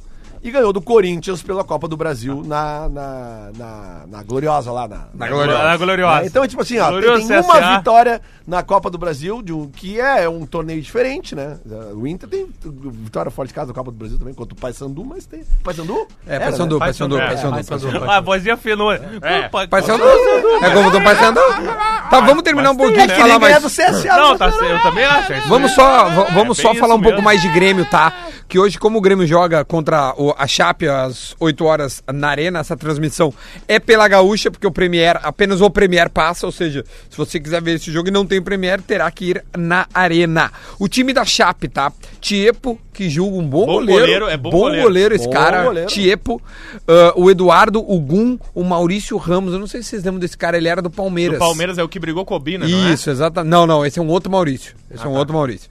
e ganhou do Corinthians pela Copa do Brasil na, na, na, na gloriosa lá na, Na Ela é glória. gloriosa. É, então, é tipo assim, ó, Glorioso tem, tem uma CSA. vitória na Copa do Brasil, de um, que é um torneio diferente, né? O Inter tem vitória fora de casa da Copa do Brasil também, contra o Paysandu, mas tem. Paysandu? É, Era, Paysandu, né? Paysandu, É, Paysandu, Paysandu. Paysandu. Ah, a vozinha fenômeno. É. Parecendo. É como tô parecendo. Tá, vamos terminar um pouquinho É de que nem falar ganhar mais. do CSA. Não, né? tá, eu também acho. é isso Vamos mesmo. só, v- vamos É, só bem falar um isso pouco mesmo. mais de Grêmio, tá? Que hoje, como o Grêmio joga contra o, a Chape às 8 horas na Arena, essa transmissão é pela Gaúcha, porque o Premier, apenas o Premier passa, ou seja, se você quiser ver esse jogo e não tem Premier, terá que ir na Arena. O time da Chape, tá? Tiepo, que julga um bom, Bom goleiro, goleiro, é bom goleiro. esse Bom cara, goleiro. Tiepo, ah, o Eduardo, o Gum, o Maurício Ramos, eu não sei se vocês lembram desse cara, ele era do O Palmeiras. Palmeiras é o que brigou com o Bina, não é? tá. Isso, exatamente. Não, não, esse é um outro Maurício. Esse é um outro Maurício.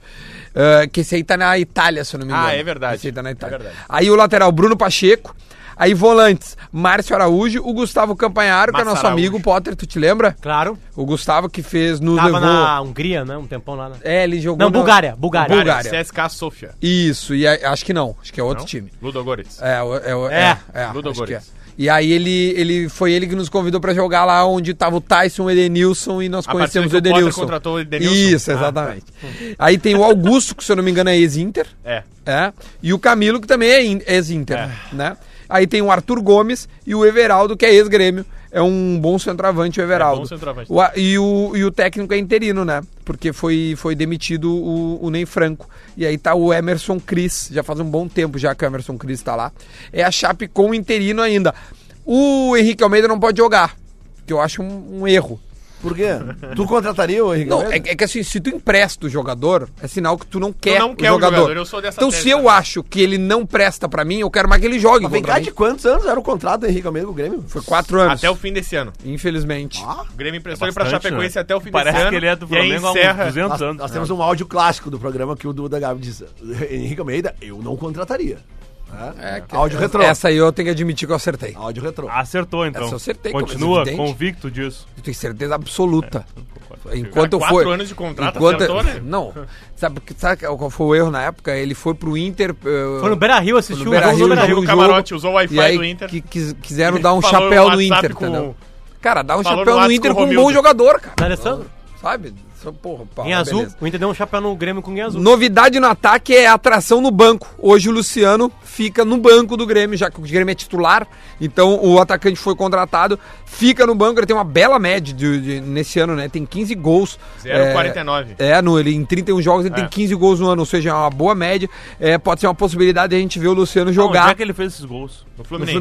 Ah, que esse aí tá na Itália, se eu não me Ah, engano. é verdade. Esse aí tá na É Itália. verdade. aí o lateral, Bruno Pacheco. Aí volantes, Márcio Araújo, o Gustavo Campanharo, que é Massa nosso Araújo. amigo, Potter, tu te lembra? Claro. O Gustavo que fez, nos Tava levou... na Hungria, né? Um tempão lá. Né? É, ele jogou... na- Não, Bulgária, Bulgária. Bulgária. CSK é Sofia. Isso, e aí- acho que não, acho que é outro time. Ludogorets. É, o- é, o- É, é, é, Ludo acho que é. Goretz. E aí ele, ele foi ele que nos convidou pra jogar lá onde tava o Tyson, o Edenilson e nós A conhecemos o partida que o Potter Edenilson. contratou o Edenilson. Isso, Ah, exatamente. Aí tem o Augusto, que se eu não me engano é ex-Inter, É. é, e o Camilo que também é in- ex-Inter, né? Aí tem o Arthur Gomes e o Everaldo, que é ex-grêmio. É um bom centroavante o Everaldo. centroavante. O a- e, o, e o técnico é interino, né? Porque foi, foi demitido o, o Ney Franco. E aí tá o Emerson Cris. Já faz um bom tempo já que o Emerson Cris tá lá. É a Chape com o interino ainda. O Henrique Almeida não pode jogar, que eu acho um, um erro. Por quê? Tu contrataria o Henrique? Não, é, Almeida? é que assim, se tu empresta o jogador, é sinal que tu não quer, não quer o jogador, eu sou dessa então, tese se eu também. acho que ele não presta pra mim, eu quero mais que ele jogue Mas vem contra cá, mim. de quantos anos era o contrato do Henrique Almeida com o Grêmio? Foi quatro anos, Até o fim desse ano. infelizmente. O Grêmio emprestou É ele pra bastante, Chapecoense né? até o fim Parece desse ano. que ele é do e aí Flamengo há uns encerra- 200 Nós, anos. é. nós temos um áudio clássico do programa que o Duda Gabi diz: Henrique Almeida, eu não contrataria. É, áudio retrô. Essa Ah, aí eu tenho que admitir que eu acertei. Áudio retrô. Acertou, então. Essa eu acertei, Continua mas é evidente. convicto disso. Eu tenho certeza absoluta. É, Enquanto eu Quatro fui. anos de contrato, enquanto... acertou, né? Não. Sabe, que- sabe qual foi o erro na época? Ele foi pro Inter. eh, Foi no Beira Rio assistir no o jogo do Beira-Rio, Beira jogo Rio. o camarote, usou o Wi-Fi e aí do Inter. que quis- quiseram dar um Falou chapéu no no WhatsApp Inter, com- entendeu? Cara, dá um Falou no chapéu no WhatsApp Inter com com o um bom Romildo. jogador, cara. Alessandro? Sabe? São- Porra, Paulo, Em azul, beleza. Hum. o Inter deu um chapéu no Grêmio com o azul. Novidade no ataque é a atração no banco. Hoje o Luciano fica no banco do Grêmio, já que o Grêmio é titular, então o atacante foi contratado, fica no banco, ele tem uma bela média de- de- nesse ano, né? Tem 15 gols. 0,49. É, é no, ele, em 31 jogos ele tem 15 gols no ano, ou seja, é uma boa média. É, pode ser uma possibilidade de a gente ver o Luciano Jogar. jogar que ele fez esses gols? no No é Fluminense.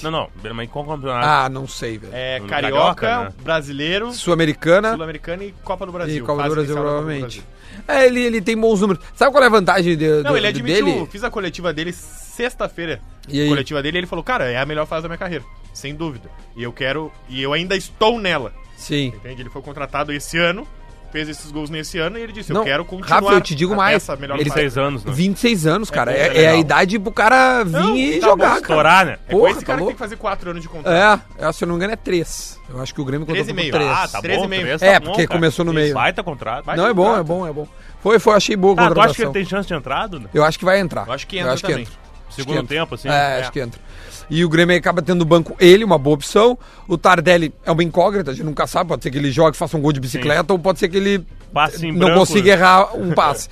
Fluminense. Não, não, mas qual campeonato? Ah, não sei, velho. É, No Carioca, Carioca, né? Brasileiro, Sul-Americana. Sul-Americano e Copa E do Brasil. Copa do Fase Brasil, inicial da Copa do provavelmente. Brasil. É, ele, ele tem bons números. Sabe qual é a vantagem de, Não, do- ele do- admitiu, dele? fiz a coletiva dele sexta-feira. E aí? A coletiva dele, ele falou, cara, é a melhor fase da minha carreira, sem dúvida. E eu quero, e eu ainda estou nela, Sim. entende? Ele foi contratado esse ano, fez esses gols nesse ano e ele disse, Não, eu quero continuar Rafa, eu te digo até mais, essa melhor ele- fase. 26 anos, né? 26 anos, cara. bem É, é a legal. idade pro cara vir Não, e tá jogar, bom, cara. Estourar, né? É Porra, com esse tá cara que louco. tem que fazer quatro anos de contrato. É, é, se eu não me engano, é 3. Eu acho que o Grêmio Três contratou e com meio. 3. Ah, tá bom. 13,5. É, porque começou no Esse meio. Baita contrato. Vai não, é que bom, contrata. é bom, é bom. Foi, foi, achei boa a Tá, tu acha que contratação. ele tem chance de entrada? Né? Eu acho que vai entrar. Eu acho que entra também. Segundo entra. tempo, assim. É, acho que entra. E o Grêmio acaba tendo no banco ele, uma boa opção. O Tardelli é uma incógnita, a gente nunca sabe. Pode ser que ele jogue, faça um gol de bicicleta, ou pode ser que ele Passe em é. não branco. né? consiga errar um passe.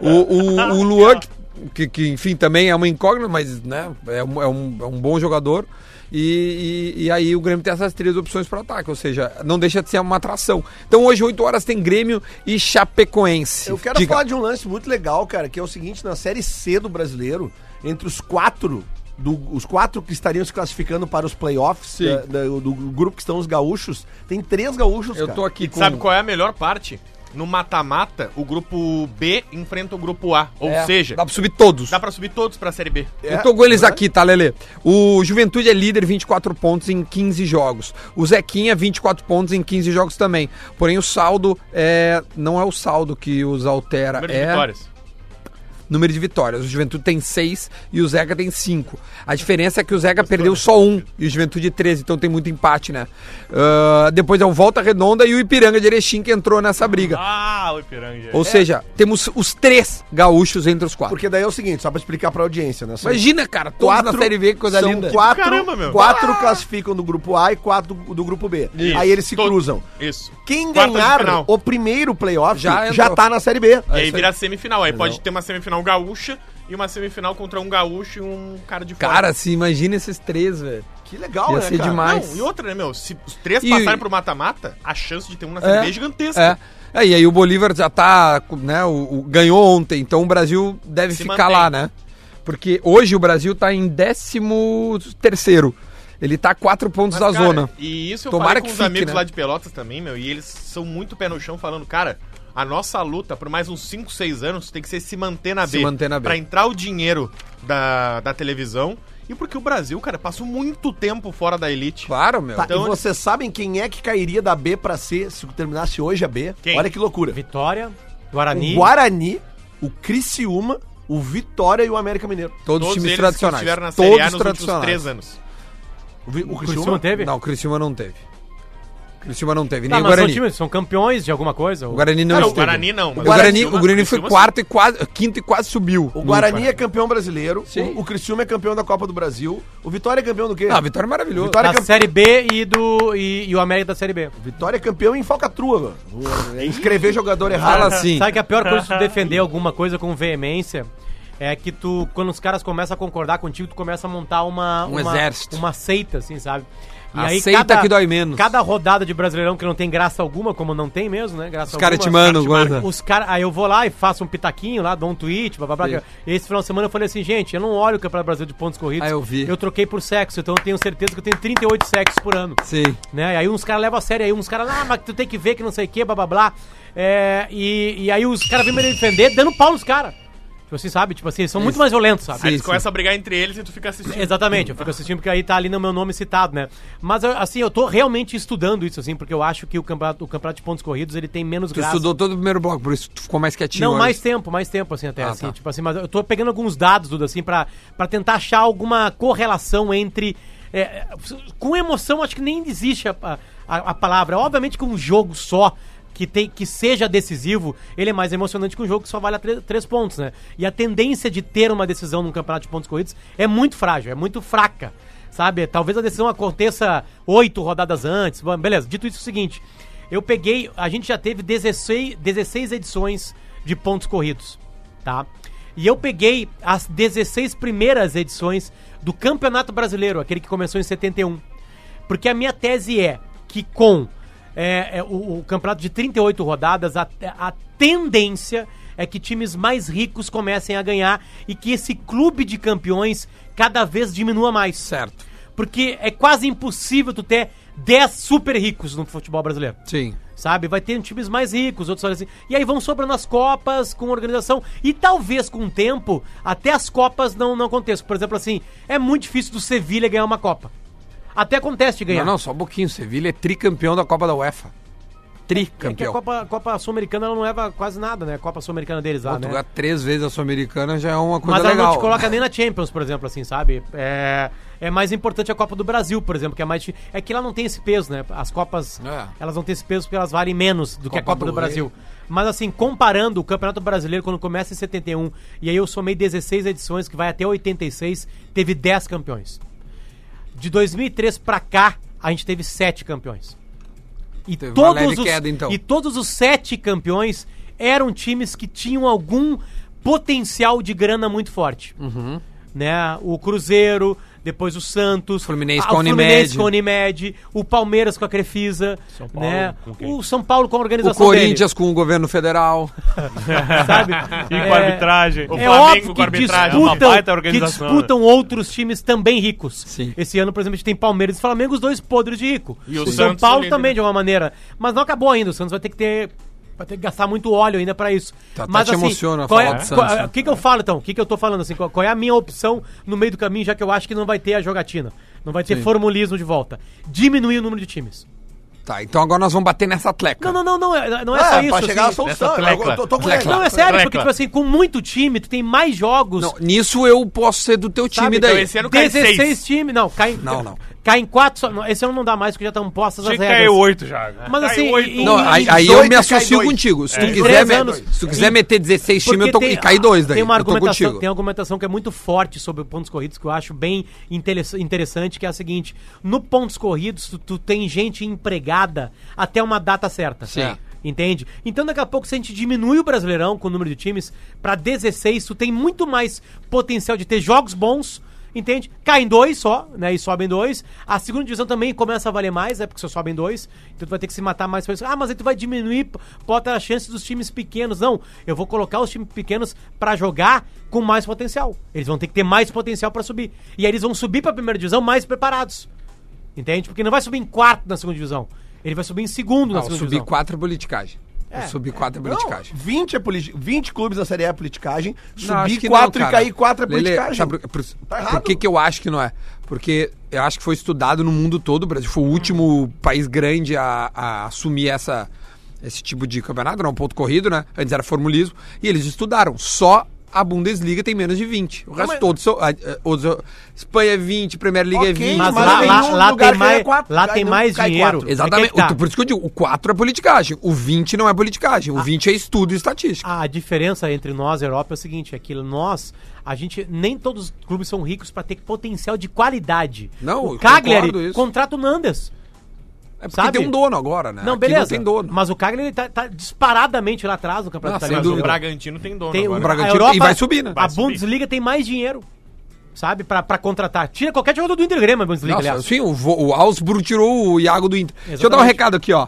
o, o, o Luan, que, que, enfim também é uma incógnita, mas né, é, um, é, um, é um bom jogador. E, e, e aí o Grêmio tem essas três opções para ataque, ou seja, não deixa de ser uma atração. Então hoje, 8 horas, tem Grêmio e Chapecoense. Eu quero Diga. falar de um lance muito legal, cara, que é o seguinte, na Série C do brasileiro, entre os quatro, do- os quatro que estariam se classificando para os playoffs Sim. da- da- do grupo que estão os gaúchos, tem três gaúchos, Eu cara. tô aqui com... Sabe qual é a melhor parte? No mata-mata, o grupo B enfrenta o grupo A, ou É, seja, Dá pra subir todos. dá pra subir todos pra Série B. É. Eu tô com eles aqui, tá, Lelê? O Juventude é líder, 24 pontos em 15 jogos. O Zequinha, 24 pontos em 15 jogos também. Porém, o saldo é... não é o saldo que os altera, Número de é vitórias. número de vitórias. O Juventude tem 6 e o Zeca tem 5. A diferença é que o Zeca perdeu só um e o Juventude 13, então tem muito empate, né? Ah, depois é o Volta Redonda e o Ipiranga de Erechim que entrou nessa briga. Ah, o Ipiranga. Ou seja, temos os três gaúchos entre os quatro. Porque daí é o seguinte, só pra explicar pra audiência, né? São Imagina, cara, todos na Série B, que coisa são linda. Quatro, Caramba, meu. quatro classificam do grupo A e quatro do, do grupo B. Isso. Aí eles se Todo- cruzam. Isso. Quem Quarta de ganhar final. o primeiro playoff Já já, entrou. tá na Série B. E aí É isso vira semifinal. Aí pode ter uma semifinal gaúcha e uma semifinal contra um gaúcho e um cara de fora. Cara, se imagina esses três, velho. Que legal, Ia né, ser cara? demais. Não, e outra, né, meu? Se os três E- passarem pro mata-mata, a chance de ter um na série É, B é gigantesca. É. É, e aí o Bolívar já tá, né, o, o- ganhou ontem, então o Brasil deve Se ficar mantém. lá, né? Porque hoje o Brasil tá em 13 terceiro. Ele tá a quatro pontos Mas, da cara, zona. E isso eu Tomara falei com que os fique, amigos né? lá de Pelotas também, meu, e eles são muito pé no chão falando, cara, a nossa luta por mais uns 5, 6 anos tem que ser se manter na Se B. manter na B. Pra entrar o dinheiro da, da televisão. E porque o Brasil, cara, passou muito tempo fora da elite. Claro, meu. Tá, Então- e vocês sabem quem é que cairia da B pra C se terminasse hoje a B? Quem? Olha que loucura. Vitória, Guarani. O Guarani, o Criciúma, o Vitória e o América Mineiro. Todos os times eles que tradicionais. estiveram na Série A Todos nos últimos tradicionais. 3 anos. O, Vi- o Criciúma teve? Não, o Criciúma não teve. O Criciúma não teve, Tá, nem o mas são Guarani. times, são campeões de alguma coisa. O Guarani não Cara, o esteve. Guarani não, O mas Guarani, o Criciúma- o Guarani foi Criciúma quarto e quase, quinto e quase subiu. O no Guarani último, é né? campeão brasileiro, Sim. o, o Criciúma é campeão da Copa do Brasil, o Vitória é campeão do quê? Não, a vitória é maravilhosa. Vitória- da campe- Série B e, do, e, e o América da Série B. Vitória é campeão em falcatrua, mano. É Inscrever jogador Fala Ah, errado. assim. Sabe que a pior coisa de tu defender alguma coisa com veemência é que tu, quando os caras começam a concordar contigo, tu começa a montar uma... Um uma- exército. Uma seita, assim, sabe? E A seita que dói menos. Cada rodada de Brasileirão que não tem graça alguma, como não tem mesmo, né? Graça Os caras te alguma, mandam, caras te Guarda. Os caras... Aí eu vou lá e faço um pitaquinho lá, dou um tweet, blá, blá, blá. Sim. Esse final de semana eu falei assim, gente, eu não olho o Campeonato Brasil de pontos corridos. Ah, eu vi. Eu troquei por sexo, então eu tenho certeza que eu tenho 38 sexos por ano Sim. né? E aí uns caras levam a sério, aí uns caras, ah, mas tu tem que ver que não sei o que, blá blá blá. É, e, e aí os caras vêm me defender dando pau nos caras. Tipo assim, sabe? Tipo assim, eles são muito mais violentos, sabe? Sim, Eles sim. começam a brigar entre eles e tu fica assistindo. É Exatamente, eu fico assistindo porque aí tá ali no meu nome citado, né? Mas eu- assim, eu tô realmente estudando isso, assim, porque eu acho que o campeonato, o campeonato de pontos corridos ele tem menos Tu estudou todo o primeiro bloco, por isso tu ficou mais quietinho. Não, hoje. mais tempo, mais tempo, assim, até, Ah, assim, tá. tipo assim, mas eu tô pegando alguns dados, Duda, assim, pra, pra tentar achar alguma correlação entre... é, com emoção, acho que nem existe a, a, a palavra. Obviamente que um jogo só, que, tem, que seja decisivo, ele é mais emocionante que um jogo que só vale a tre- três pontos, né? E a tendência de ter uma decisão num campeonato de pontos corridos é muito frágil, é muito fraca, sabe? Talvez a decisão aconteça oito rodadas antes, bom, beleza. Dito isso, é o seguinte... Eu peguei, a gente já teve 16, 16 edições de pontos corridos, tá? E eu peguei as 16 primeiras edições do Campeonato Brasileiro, aquele que começou em 71. Porque a minha tese é que com é, é, o, o campeonato de 38 rodadas, a, a tendência é que times mais ricos comecem a ganhar e que esse clube de campeões cada vez diminua mais. Certo. Porque é quase impossível tu ter 10 super ricos no futebol brasileiro Sim. sabe? Vai ter times mais ricos, outros olham assim. E aí vão sobrando as Copas com organização. E talvez com o tempo, até as Copas não, não aconteçam. Por exemplo, assim, é muito difícil do Sevilha ganhar uma Copa. Até acontece de ganhar. Não, não, só um pouquinho. Sevilha é tricampeão da Copa da UEFA. É que a Tricampeão. Copa, Copa Sul-Americana ela não leva quase nada, né? A Copa Sul-Americana deles lá, né? Portugal três vezes a Sul-Americana já é uma coisa Mas ela legal. não te coloca nem na Champions, por exemplo, assim, sabe? É, é mais importante a Copa do Brasil, por exemplo, que é mais. difí- É que ela não tem esse peso, né? As Copas. É. Elas não têm esse peso porque elas valem menos do que a Copa Copa do, do Brasil. Mas assim, comparando o Campeonato Brasileiro quando começa em 71, e aí eu somei 16 edições, que vai até 86, teve 10 campeões. De 2003 pra cá, a gente teve 7 campeões. E Teve uma todos, leve os, queda, então. e todos os sete campeões eram times que tinham algum potencial de grana muito forte. Uhum. Né? O Cruzeiro, depois o Santos, Fluminense a- com a o Fluminense Unimed. com a Unimed, o Palmeiras com a Crefisa, Paulo né? com quem? o São Paulo com a organização O Corinthians com o governo federal. dele, sabe? E com a arbitragem. É Flamengo óbvio com a que arbitragem, é uma disputam, baita que organização, né? disputam outros times também ricos. Sim. Esse ano, por exemplo, a gente tem Palmeiras e Flamengo, os dois podres de rico. E o São Santos Paulo líder. também, de alguma maneira. Mas não acabou ainda. O Santos vai ter que ter. Vai ter que gastar muito óleo ainda pra isso. Tá- tá Mas te assim, emociona qual falar é, do Santos, qual- né? o que, que eu falo então? O que, que eu tô falando assim? Qual, qual é a minha opção no meio do caminho, já que eu acho que não vai ter a jogatina? Não vai ter formulismo de volta. Diminuir o número de times. Tá, então agora nós vamos bater nessa atleca. Não, não, não, não é, não é só isso. Ah, pra chegar à assim. solução. nessa Eu tô- tô, tô com tecla. Não, é ela. sério, porque, Tecla. tipo assim, com muito time, tu tem mais jogos. Não, nisso eu posso ser do teu time Sabe, daí. então esse ano cai 16 seis. times. Não, cai, Não, não. cai em 4 só. não, esse ano não dá mais, porque já estão postas Tinha as que regras. cair oito já. né? Mas Caiu assim, oito. e- Não, Em aí, aí eu me 18 cai associo dois. contigo. Se tu Em quiser, três me- anos. se tu quiser Em- meter 16 times, eu tô, Porque e cair dois daí. Tem eu uma tô argumentação, contigo. tem uma argumentação que é muito forte sobre pontos corridos que eu acho bem interes- interessante, que é a seguinte: no pontos corridos tu, tu tem gente empregada até uma data certa. Sim. É. Entende? Então daqui a pouco se a gente diminui o Brasileirão com o número de times pra 16, tu tem muito mais potencial de ter jogos bons. Entende? Caem dois só, né? E sobem dois. A segunda divisão também começa a valer mais, é porque só sobem dois. Então tu vai ter que se matar mais pra isso. Ah, mas aí tu vai diminuir, p- bota a chance dos times pequenos. Não, eu vou colocar os times pequenos pra jogar com mais potencial. Eles vão ter que ter mais potencial pra subir. E aí eles vão subir pra primeira divisão mais preparados. Entende? Porque não vai subir em quarto na segunda divisão. Ele vai subir em segundo Ah, na eu segunda subi divisão. quatro é politicagem. Eu É, subi quatro é Não, politicagem. 20, é politi- 20 clubes da Série A é politicagem, Não, acho subir que 4 não, e cara. cair 4 é Lelê, politicagem. sabe por, por- Tá por errado. que, que eu acho que não é? Porque eu acho que foi estudado no mundo todo. O Brasil foi o último país grande a, a assumir essa, esse tipo de campeonato, não, ponto corrido, né? Antes era formulismo. E eles estudaram. Só a Bundesliga tem menos de 20. O resto mas- todos são. a- a- outros- Espanha é 20, Premier League é Ok, 20. Mas Mas lá, não é lá, nenhum lá lugar tem que ganha mais, quatro, lá cai tem não- mais cai dinheiro. quatro. É Exatamente. que tá. O- Por isso que eu digo, o 4 é politicagem. O 20 não é politicagem. O 20 é estudo e estatística. A diferença entre nós e a Europa é o seguinte, é que nós, a gente, nem todos os clubes são ricos pra ter potencial de qualidade. Não, o eu concordo Cagliari isso. contrata o Nandes. É porque sabe? tem um dono agora, né? não, Aqui beleza. tem dono. Mas o Cagliari tá, tá disparadamente lá atrás no Campeonato Não, sem Mas Italiano. o dúvida. Bragantino tem dono Tem, o agora. um Bragantino- a Europa, e vai subir, né? A Vai Bundesliga tem mais dinheiro, sabe, pra, pra contratar. Tira qualquer jogador do Inter Grêmio, a Bundesliga, Nossa, aliás. sim, o, Vo- o Augsburg tirou o Iago do Inter. Deixa eu dar um Exatamente. recado aqui, ó.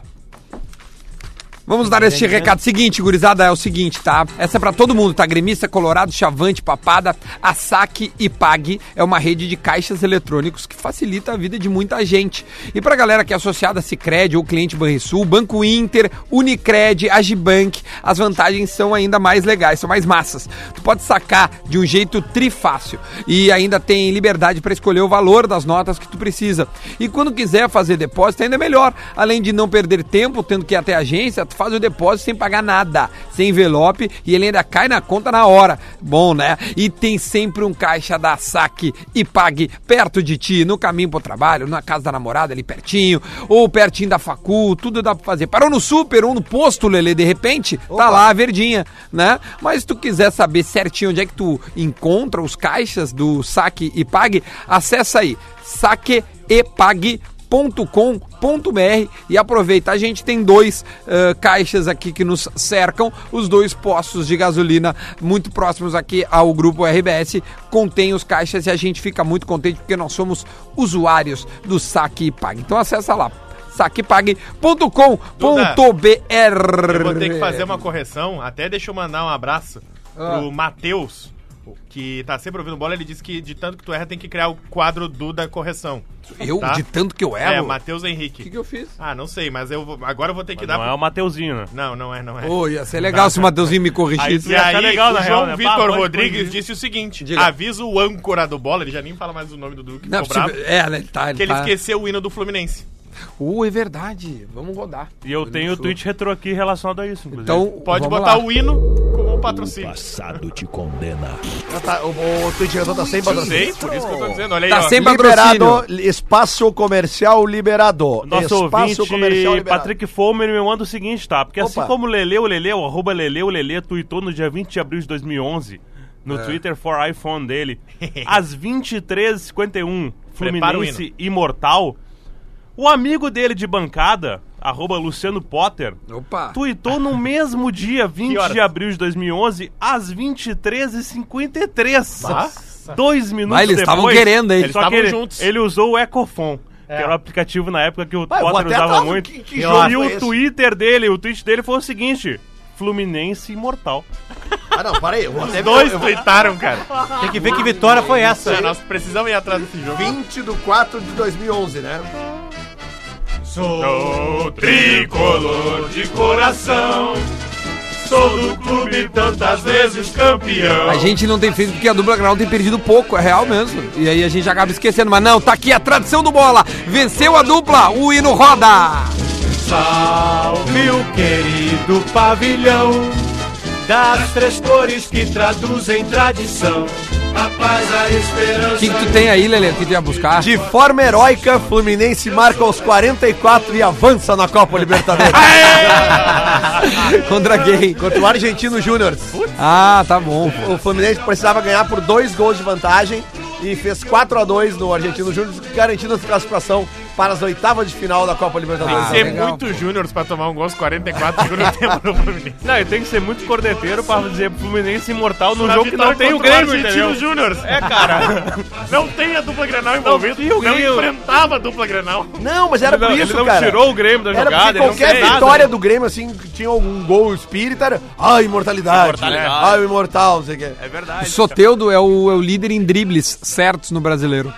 Vamos dar este recado seguinte, gurizada, é o seguinte, tá? Essa é pra todo mundo, tá? Gremista, Colorado, Chavante, Papada, a Saque e Pague é uma rede de caixas eletrônicos que facilita a vida de muita gente. E pra galera que é associada a Cicred ou cliente Banrisul, Banco Inter, Unicred, Agibank, as vantagens são ainda mais legais, são mais massas. Tu pode sacar de um jeito trifácil e ainda tem liberdade pra escolher o valor das notas que tu precisa. E quando quiser fazer depósito, ainda é melhor. Além de não perder tempo tendo que ir até a agência, tu faz o depósito sem pagar nada, sem envelope e ele ainda cai na conta na hora. Bom, né? E tem sempre um caixa da Saque e Pague perto de ti, no caminho pro trabalho, na casa da namorada ali pertinho, ou pertinho da facul, tudo dá pra fazer. Parou no super ou no posto, Lelê, de repente, tá lá a verdinha, né? Mas se tu quiser saber certinho onde é que tu encontra os caixas do Saque e Pague, acessa aí, saqueepague.com www.caixa.com.br e aproveita. A gente tem dois eh, caixas aqui que nos cercam, os dois postos de gasolina muito próximos aqui ao grupo RBS contém os caixas e a gente fica muito contente porque nós somos usuários do Saque e Pague. Então acessa lá saquepague.com.br Eu vou ter que fazer uma correção, até deixa eu mandar um abraço Ah. pro Matheus, que tá sempre ouvindo bola, ele disse que de tanto que tu erra tem que criar o quadro do da correção. Eu, Tá? de tanto que eu É, erro, o Matheus Henrique. que, que eu fiz? Ah, não sei, mas eu vou- agora eu vou ter que dar... Não é o Mateuzinho, né? pro- Não, não é, não é. Ô, é ia ser legal se o Mateuzinho me Aí corrigisse. tu ia achar legal, na o real, João né? Bah, Vitor hoje Rodrigues foi- disse o seguinte, Diga. avisa o âncora do bola, ele já nem fala mais o nome do Duque, Não, é ficou possível- bravo, é, né, ele tá, ele que ele tá- esqueceu o hino do Fluminense. Uh, é verdade. Vamos rodar. E eu tenho o tweet retrô aqui relacionado a isso, inclusive. Então, Pode vamos botar lá. o hino como o patrocínio. Passado te condena. Ah, tá, o, o Twitch tá sem patrocínio. Sei, por isso que eu tô dizendo, olha aí, Tá ó. sem Liberado, patrocínio. espaço comercial liberado. Nosso espaço ouvinte, Patrick Fomer, me manda o seguinte, tá? Porque assim Opa. como o Lele, o Lele, o arroba Lele, o Lele tweetou no dia 20 de abril de 2011, no Twitter for iPhone dele, às 23h51, Prepara o Fluminense Imortal, o amigo dele de bancada, arroba Luciano Potter, Opa. tweetou no mesmo dia, 20 horas? de abril de 2011, às 23h53. Nossa. Dois minutos Mas eles depois. estavam querendo, hein? Eles só que estavam ele, juntos. É. Ele usou o Ecofon, que era o aplicativo na época que o Vai, eu vou Potter até usava atrás, muito. que- que e jogo o foi esse? Twitter dele, o tweet dele foi o seguinte: Fluminense imortal. Ah, não, para aí. Eu vou até Dois tweetaram, cara. tá Tem que ver que vitória foi essa. É, Nós precisamos ir atrás desse jogo. 20 de 4 de 2011, né? Sou tricolor de coração. Sou do clube tantas vezes campeão. A gente não tem feito porque a dupla Granal tem perdido pouco, é real mesmo. E aí a gente acaba esquecendo. Mas não, tá aqui a tradição do bola. Venceu a dupla, o hino roda. Meu querido pavilhão das três cores que traduzem tradição. O que, que tu tem aí, Lelê? O que tu ia buscar? De forma heróica, Fluminense marca aos 44 e avança na Copa Libertadores. Contra quem? Contra o Argentino Júnior. Ah, tá bom. pô. O Fluminense precisava ganhar por dois gols de vantagem e fez 4 a 2 no Argentino Júnior, garantindo a classificação para as oitavas de final da Copa Libertadores. Ah, Ser legal, muito júnior pra tomar um gol aos 44 segundos do tempo no Fluminense. Não, e tem que ser muito corneteiro pra dizer Fluminense imortal num Na jogo que não vitória tem o contra Grêmio, Argentino entendeu? Júnior. É, cara. Não tem a dupla Grenal envolvida. tinha o Não, Grêmio. enfrentava a dupla Grenal. Não, mas era Ele não- por ele isso, não cara. tirou o Grêmio da Era jogada, porque ele não qualquer fez nada. vitória do Grêmio, assim, que tinha algum gol espírita, era. Ah, imortalidade. Imortalidade. Ah, o imortal, não sei o que. É O verdade. Soteudo é o, é o líder em dribles certos no brasileiro.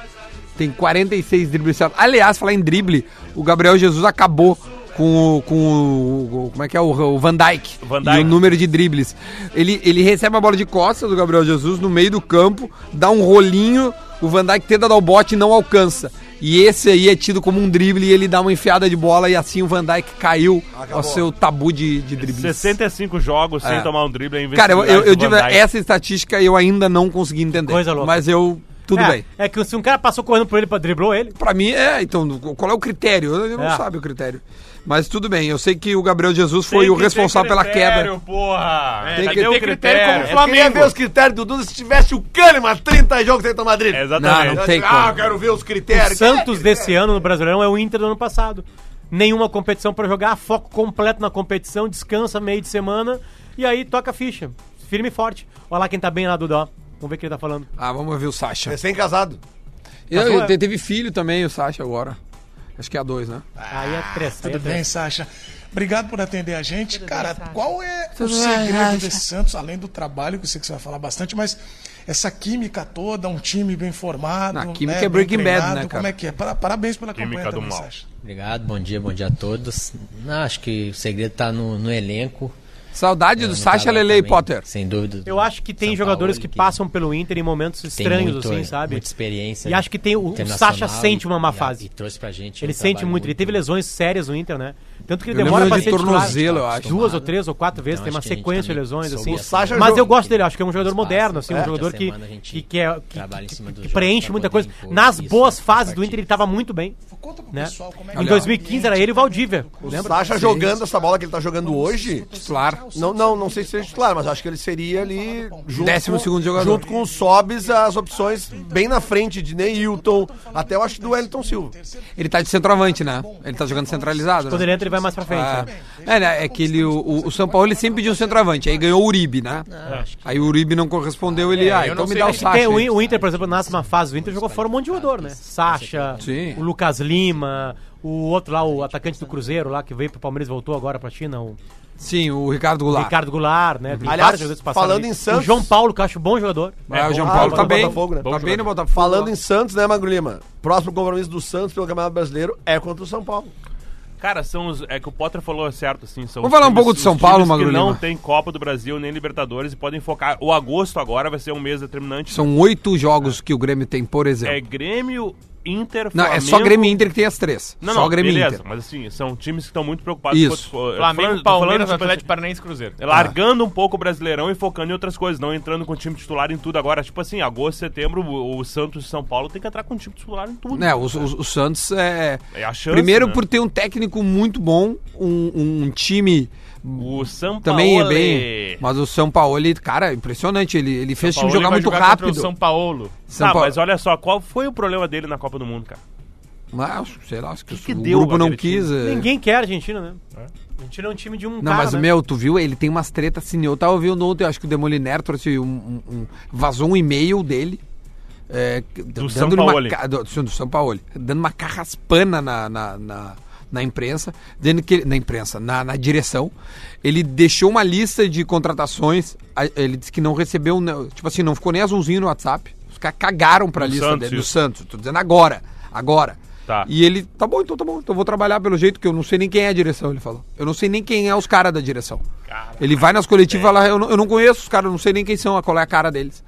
Tem 46 dribles certos. Aliás, falar em drible, o Gabriel Jesus acabou com o. Com o- o- como é que é? O, o Van Dyke. Van Dijk. E o número de dribles. Ele, ele recebe a bola de costas do Gabriel Jesus no meio do campo, dá um rolinho, o Van Dyke tenta dar o bote e não alcança. E esse aí é tido como um drible e ele dá uma enfiada de bola e assim o Van Dyke caiu ao seu tabu de, de dribles. 65 jogos sem É. tomar um drible é Cara, eu, eu, eu invencibilidade do digo, Van Dijk. essa estatística eu ainda não consegui entender. Coisa louca. Mas eu. Tudo é, bem. É que se um cara passou correndo por ele, pra- driblou ele. Pra mim, é. Então, qual é o critério? Eu eu não É. sabe o critério. Mas tudo bem. Eu sei que o Gabriel Jesus foi Tem o que ter responsável pela critério, queda. Porra. Tem Cadê que ter o É, critério É como critério? Flamengo. Queria ver os critérios do Duda se tivesse o Kahneman 30 jogos dentro do Madrid. É, Não, Exatamente. não tem Ah, eu como. quero ver os O critérios. Santos desse ano no Brasileirão é o Inter do ano passado. Nenhuma competição pra jogar, foco completo na competição, descansa meio de semana e aí toca a ficha. Firme e forte. Olha lá quem tá bem lá, Dudó. Vamos ver o que ele tá falando. Ah, vamos ouvir o Sacha. É Recém-casado. Eu, Mas, eu- ué. te- teve filho também, o Sacha, agora. Acho que é a dois, né? Ah, Aí é três. aí é Tudo três. bem, Sasha? Obrigado por atender a gente. Cara, qual é o segredo desse Santos, além do trabalho, que eu sei que você vai falar bastante, mas essa química toda, um time bem formado. Na química né, é bem Breaking Bad, treinado, né, cara? Como é que é? Para- Parabéns pela Química campanha do também, mal. Sasha. Obrigado, bom dia, bom dia a todos. Não, acho que o segredo tá no, no elenco. Saudade do No Sacha trabalho Lele e tá também, Potter. Sem dúvida. Eu acho que tem São jogadores Paulo, que passam pelo Inter em momentos tem estranhos, muito- assim, sabe? Muita experiência. E acho que tem o- o internacional Sacha sente uma má e- fase. E trouxe pra gente. Ele um sente trabalho muito. Ele teve lesões sérias no Inter, né? Tanto que ele Eu demora lembro pra de ser titular tornozelo, eu acho. duas ou três ou quatro vezes, Então, tem uma acho que a gente sequência de também lesões, soube assim. essa parte. Mas eu jogou- gosto dele, acho que é um jogador Espaço, moderno, assim, um é. jogador Durante a que, semana a gente que, é quer- que, trabalha em que- cima do que jogo preenche pra muita poder coisa. impor Nas isso boas nas fases do Inter, partidas. ele tava muito bem. Conta pro Né? pessoal como é que Em Olha. é o 2015 era ambiente, ele e o Valdívia, O lembra? Sacha jogando essa bola que ele tá jogando hoje. Titular. Não, não, não sei se seja titular, mas acho que ele seria ali junto Décimo com, segundo jogador. junto com o Sobs as opções bem na frente de Neilton, até eu acho que do Wellington Silva. Ele tá de centroavante, né? Ele tá jogando centralizado. Quando né? ele entra, ele vai mais pra frente. Ah, né? é, né? É que ele, o- o, o São Paulo ele sempre pediu um centroavante, aí ganhou o Uribe, né? Ah, Aí o Uribe não correspondeu, É, ele, ah, eu então não me sei dá o nem se Sacha. Tem, o, aí. o Inter, por exemplo, nasce uma fase, o Inter jogou fora um monte de jogador, né? Sacha, Sim. o Lucas Lima, o outro lá, o atacante do Cruzeiro lá, que veio pro Palmeiras e voltou agora pra China, o Sim, o Ricardo Goulart. Ricardo Goulart, né? Tem Aliás, vários jogadores que passaram falando ali. em Santos- O João Paulo, que eu acho bom jogador. Ah, o João bom, Paulo ah, tá bom bem. Botafogo, né? Tá Bom bem no Botafogo. Falando em Santos, né, Magro Lima? Próximo compromisso do Santos pelo Campeonato Brasileiro é contra o São Paulo. Cara, são os, é que o Potter falou certo, assim. São Vamos os falar um pouco de os São Paulo, times Magro que não Lima. tem Copa do Brasil nem Libertadores e podem focar. O agosto agora vai ser um mês determinante. São oito jogos que o Grêmio tem, por exemplo. É Grêmio, Inter, Não, é só Grêmio e Inter que tem as três. Não, só não, Grêmio e beleza, Inter. mas assim, são times que estão muito preocupados Isso. com outros- eu tô Flamengo, falando- tô falando Palmeiras, de- Atlético Paranaense e Cruzeiro. Largando Tá. um pouco o Brasileirão e focando em outras coisas, não entrando com o time titular em tudo agora. Tipo assim, agosto, setembro, o, o Santos e São Paulo tem que entrar com o time titular em tudo. É, o, o- o Santos é. É a chance, Primeiro né? por ter um técnico muito bom, um, um time O São Paulo também é bem. Mas o São Paulo, cara, impressionante. Ele, ele fez o time jogar muito O rápido. São Paulo. São tá, Paulo- Ah, mas olha só, qual foi o problema dele na Copa do Mundo, cara? Mas, sei lá, acho que, Que que o deu grupo não aquele time? quis. é. Ninguém quer a Argentina, né? A Argentina é um time de um Não, cara, mas, né? meu, tu viu? Ele tem umas tretas assim. Eu tava ouvindo ontem, eu acho que o Demoliner trouxe um, um- um- vazou um e-mail dele. É, do Sampaoli. Uma, ca- do, sim, do Sampaoli. Dando uma carraspana na, na, na, na imprensa. Dizendo que, ele- na imprensa, na, na direção. Ele deixou uma lista de contratações. a- Ele disse que não recebeu. né, Tipo assim, não ficou nem azulzinho no WhatsApp. Os caras cagaram pra Do lista Santos, dele, do isso. Santos. Tô dizendo agora. Agora. Tá. E ele, tá bom, então tá bom, então eu vou trabalhar pelo jeito que eu não sei nem quem é a direção, ele falou. Eu não sei nem quem é os caras da direção. ele vai nas coletivas lá, eu não, eu não conheço os caras, eu não sei nem quem são, qual é a cara deles.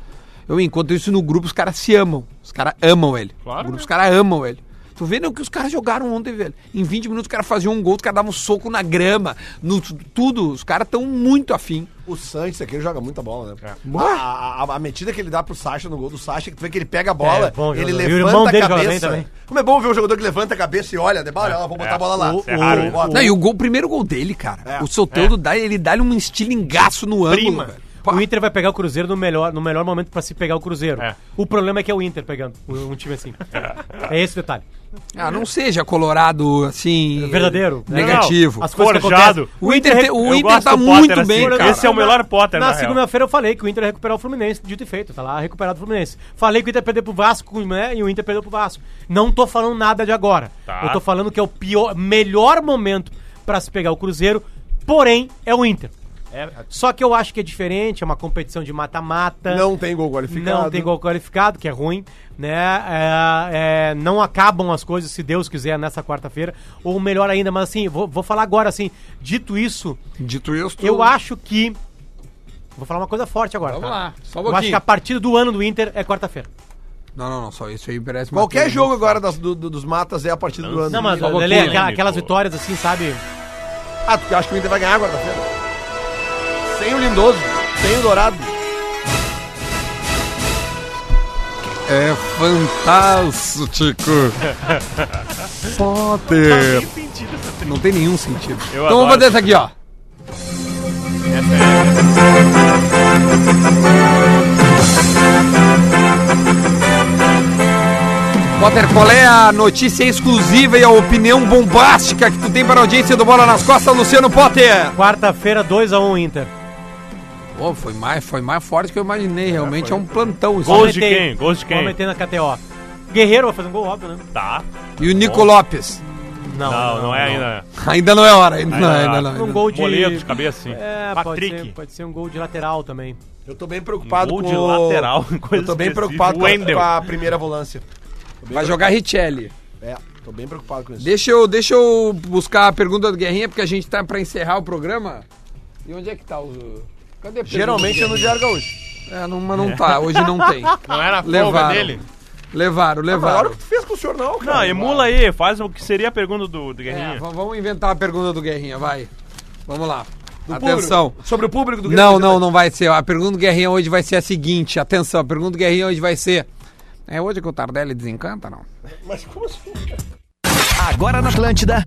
Eu encontro isso no grupo, os caras se amam. Os caras amam ele. Claro, No grupo, né? Os caras amam ele. Tu vendo o que os caras jogaram ontem, velho. Em 20 minutos os caras faziam um gol, os caras davam um soco na grama, no t- tudo. Os caras tão muito afim. O Santos aqui ele joga muita bola, né? É. A, Ah, a- a- a metida que ele dá pro Sacha no gol do Sacha, que tu vê que ele pega a bola, É, bom ele jogador. E levanta o irmão a dele joga cabeça. bem também. Como é bom ver um jogador que levanta a cabeça e olha, de bala, ó, vou botar a bola lá. O- é raro, né? Bota. Não, e o, gol, o primeiro gol dele, cara. o Soteldo dá, ele dá-lhe um estilingaço no ângulo, Prima. velho. Pá. O Inter vai pegar o Cruzeiro no melhor, no melhor momento pra se pegar o Cruzeiro. É. O problema é que é o Inter pegando um, um time assim. é esse o detalhe. Ah, não seja colorado assim. Verdadeiro. Negativo. Não, as coisas que Forjado. acontecem. O Inter, te- eu o Inter gosto tá do Potter, muito assim, bem, esse cara. é o melhor Potter, Na na real. segunda-feira eu falei que o Inter ia recuperar o Fluminense, dito e feito, tá lá recuperado o Fluminense. Falei que o Inter perdeu pro Vasco, né? E o Inter perdeu pro Vasco. Não tô falando nada de agora. Tá. Eu tô falando que é o pior, melhor momento pra se pegar o Cruzeiro, porém é o Inter. Só que eu acho que é diferente, é uma competição de mata-mata. Não tem gol qualificado. Não tem gol qualificado, que é ruim, né? É, é, não acabam as coisas, se Deus quiser, nessa quarta-feira. Ou melhor ainda, mas assim, vou, vou falar agora, assim, dito isso, Dito isso, tu- eu acho que. Vou falar uma coisa forte agora. Vamos tá? lá, só um Eu acho pouquinho. que a partida do ano do Inter é quarta-feira. Não, não, não, só isso aí parece uma Qualquer coisa jogo muito- agora das- do- do- dos matas é a partida do ano. Não, mas, Só um Lele, pouquinho, aquela- né, aquelas Nico? vitórias assim, sabe? Ah, tu acha que o Inter vai ganhar quarta-feira? Sem o Lindoso, sem o Dourado. É fantástico. Potter. Não tem nenhum sentido. então adoro. vamos fazer essa aqui, ó. Potter, qual é a notícia exclusiva e a opinião bombástica que tu tem para a audiência do Bola nas Costas, Luciano Potter? Quarta-feira, 2x1 Inter. Pô, foi mais, foi mais forte que eu imaginei. Realmente é um plantão isso. Gols de Comentei. quem? Gols de Vou quem? meter na KTO. Guerreiro vai fazer um gol, óbvio, né? Tá. E o Nico Lopes. Não, Não, não é ainda. Ainda não é hora, ainda não, Ainda ainda não. não. ainda Um não. gol de. Boleto de cabeça, sim. É, pode Patrick. ser, pode ser um gol de lateral também. Eu tô bem preocupado Gol com de o- lateral, coisa Eu tô bem específica. preocupado com a, Wendel. com a primeira volância. Vai jogar Richelli. É, tô bem preocupado com isso. Deixa eu, deixa eu buscar a pergunta do Guerrinha, porque a gente tá pra encerrar o programa. E onde é que tá o. Cadê a pergunta Geralmente do é no Diário Gaúcho. Guerrinha? É, não, mas não tá, hoje não tem. Não era a folga Levaram. dele? Levaram, Mas olha o levaram. que tu fez com o senhor, não, cara. Não, emula aí, faz o que seria a pergunta do, do É, Guerrinha. v- vamos inventar a pergunta do Guerrinha, vai. Vamos lá. Do público. Atenção. Sobre o público do Não, não, não vai ser. A pergunta do Guerrinha hoje vai ser a seguinte. Atenção, a pergunta do Guerrinha hoje vai ser... É hoje que o Tardelli desencanta, não? Agora na Atlântida,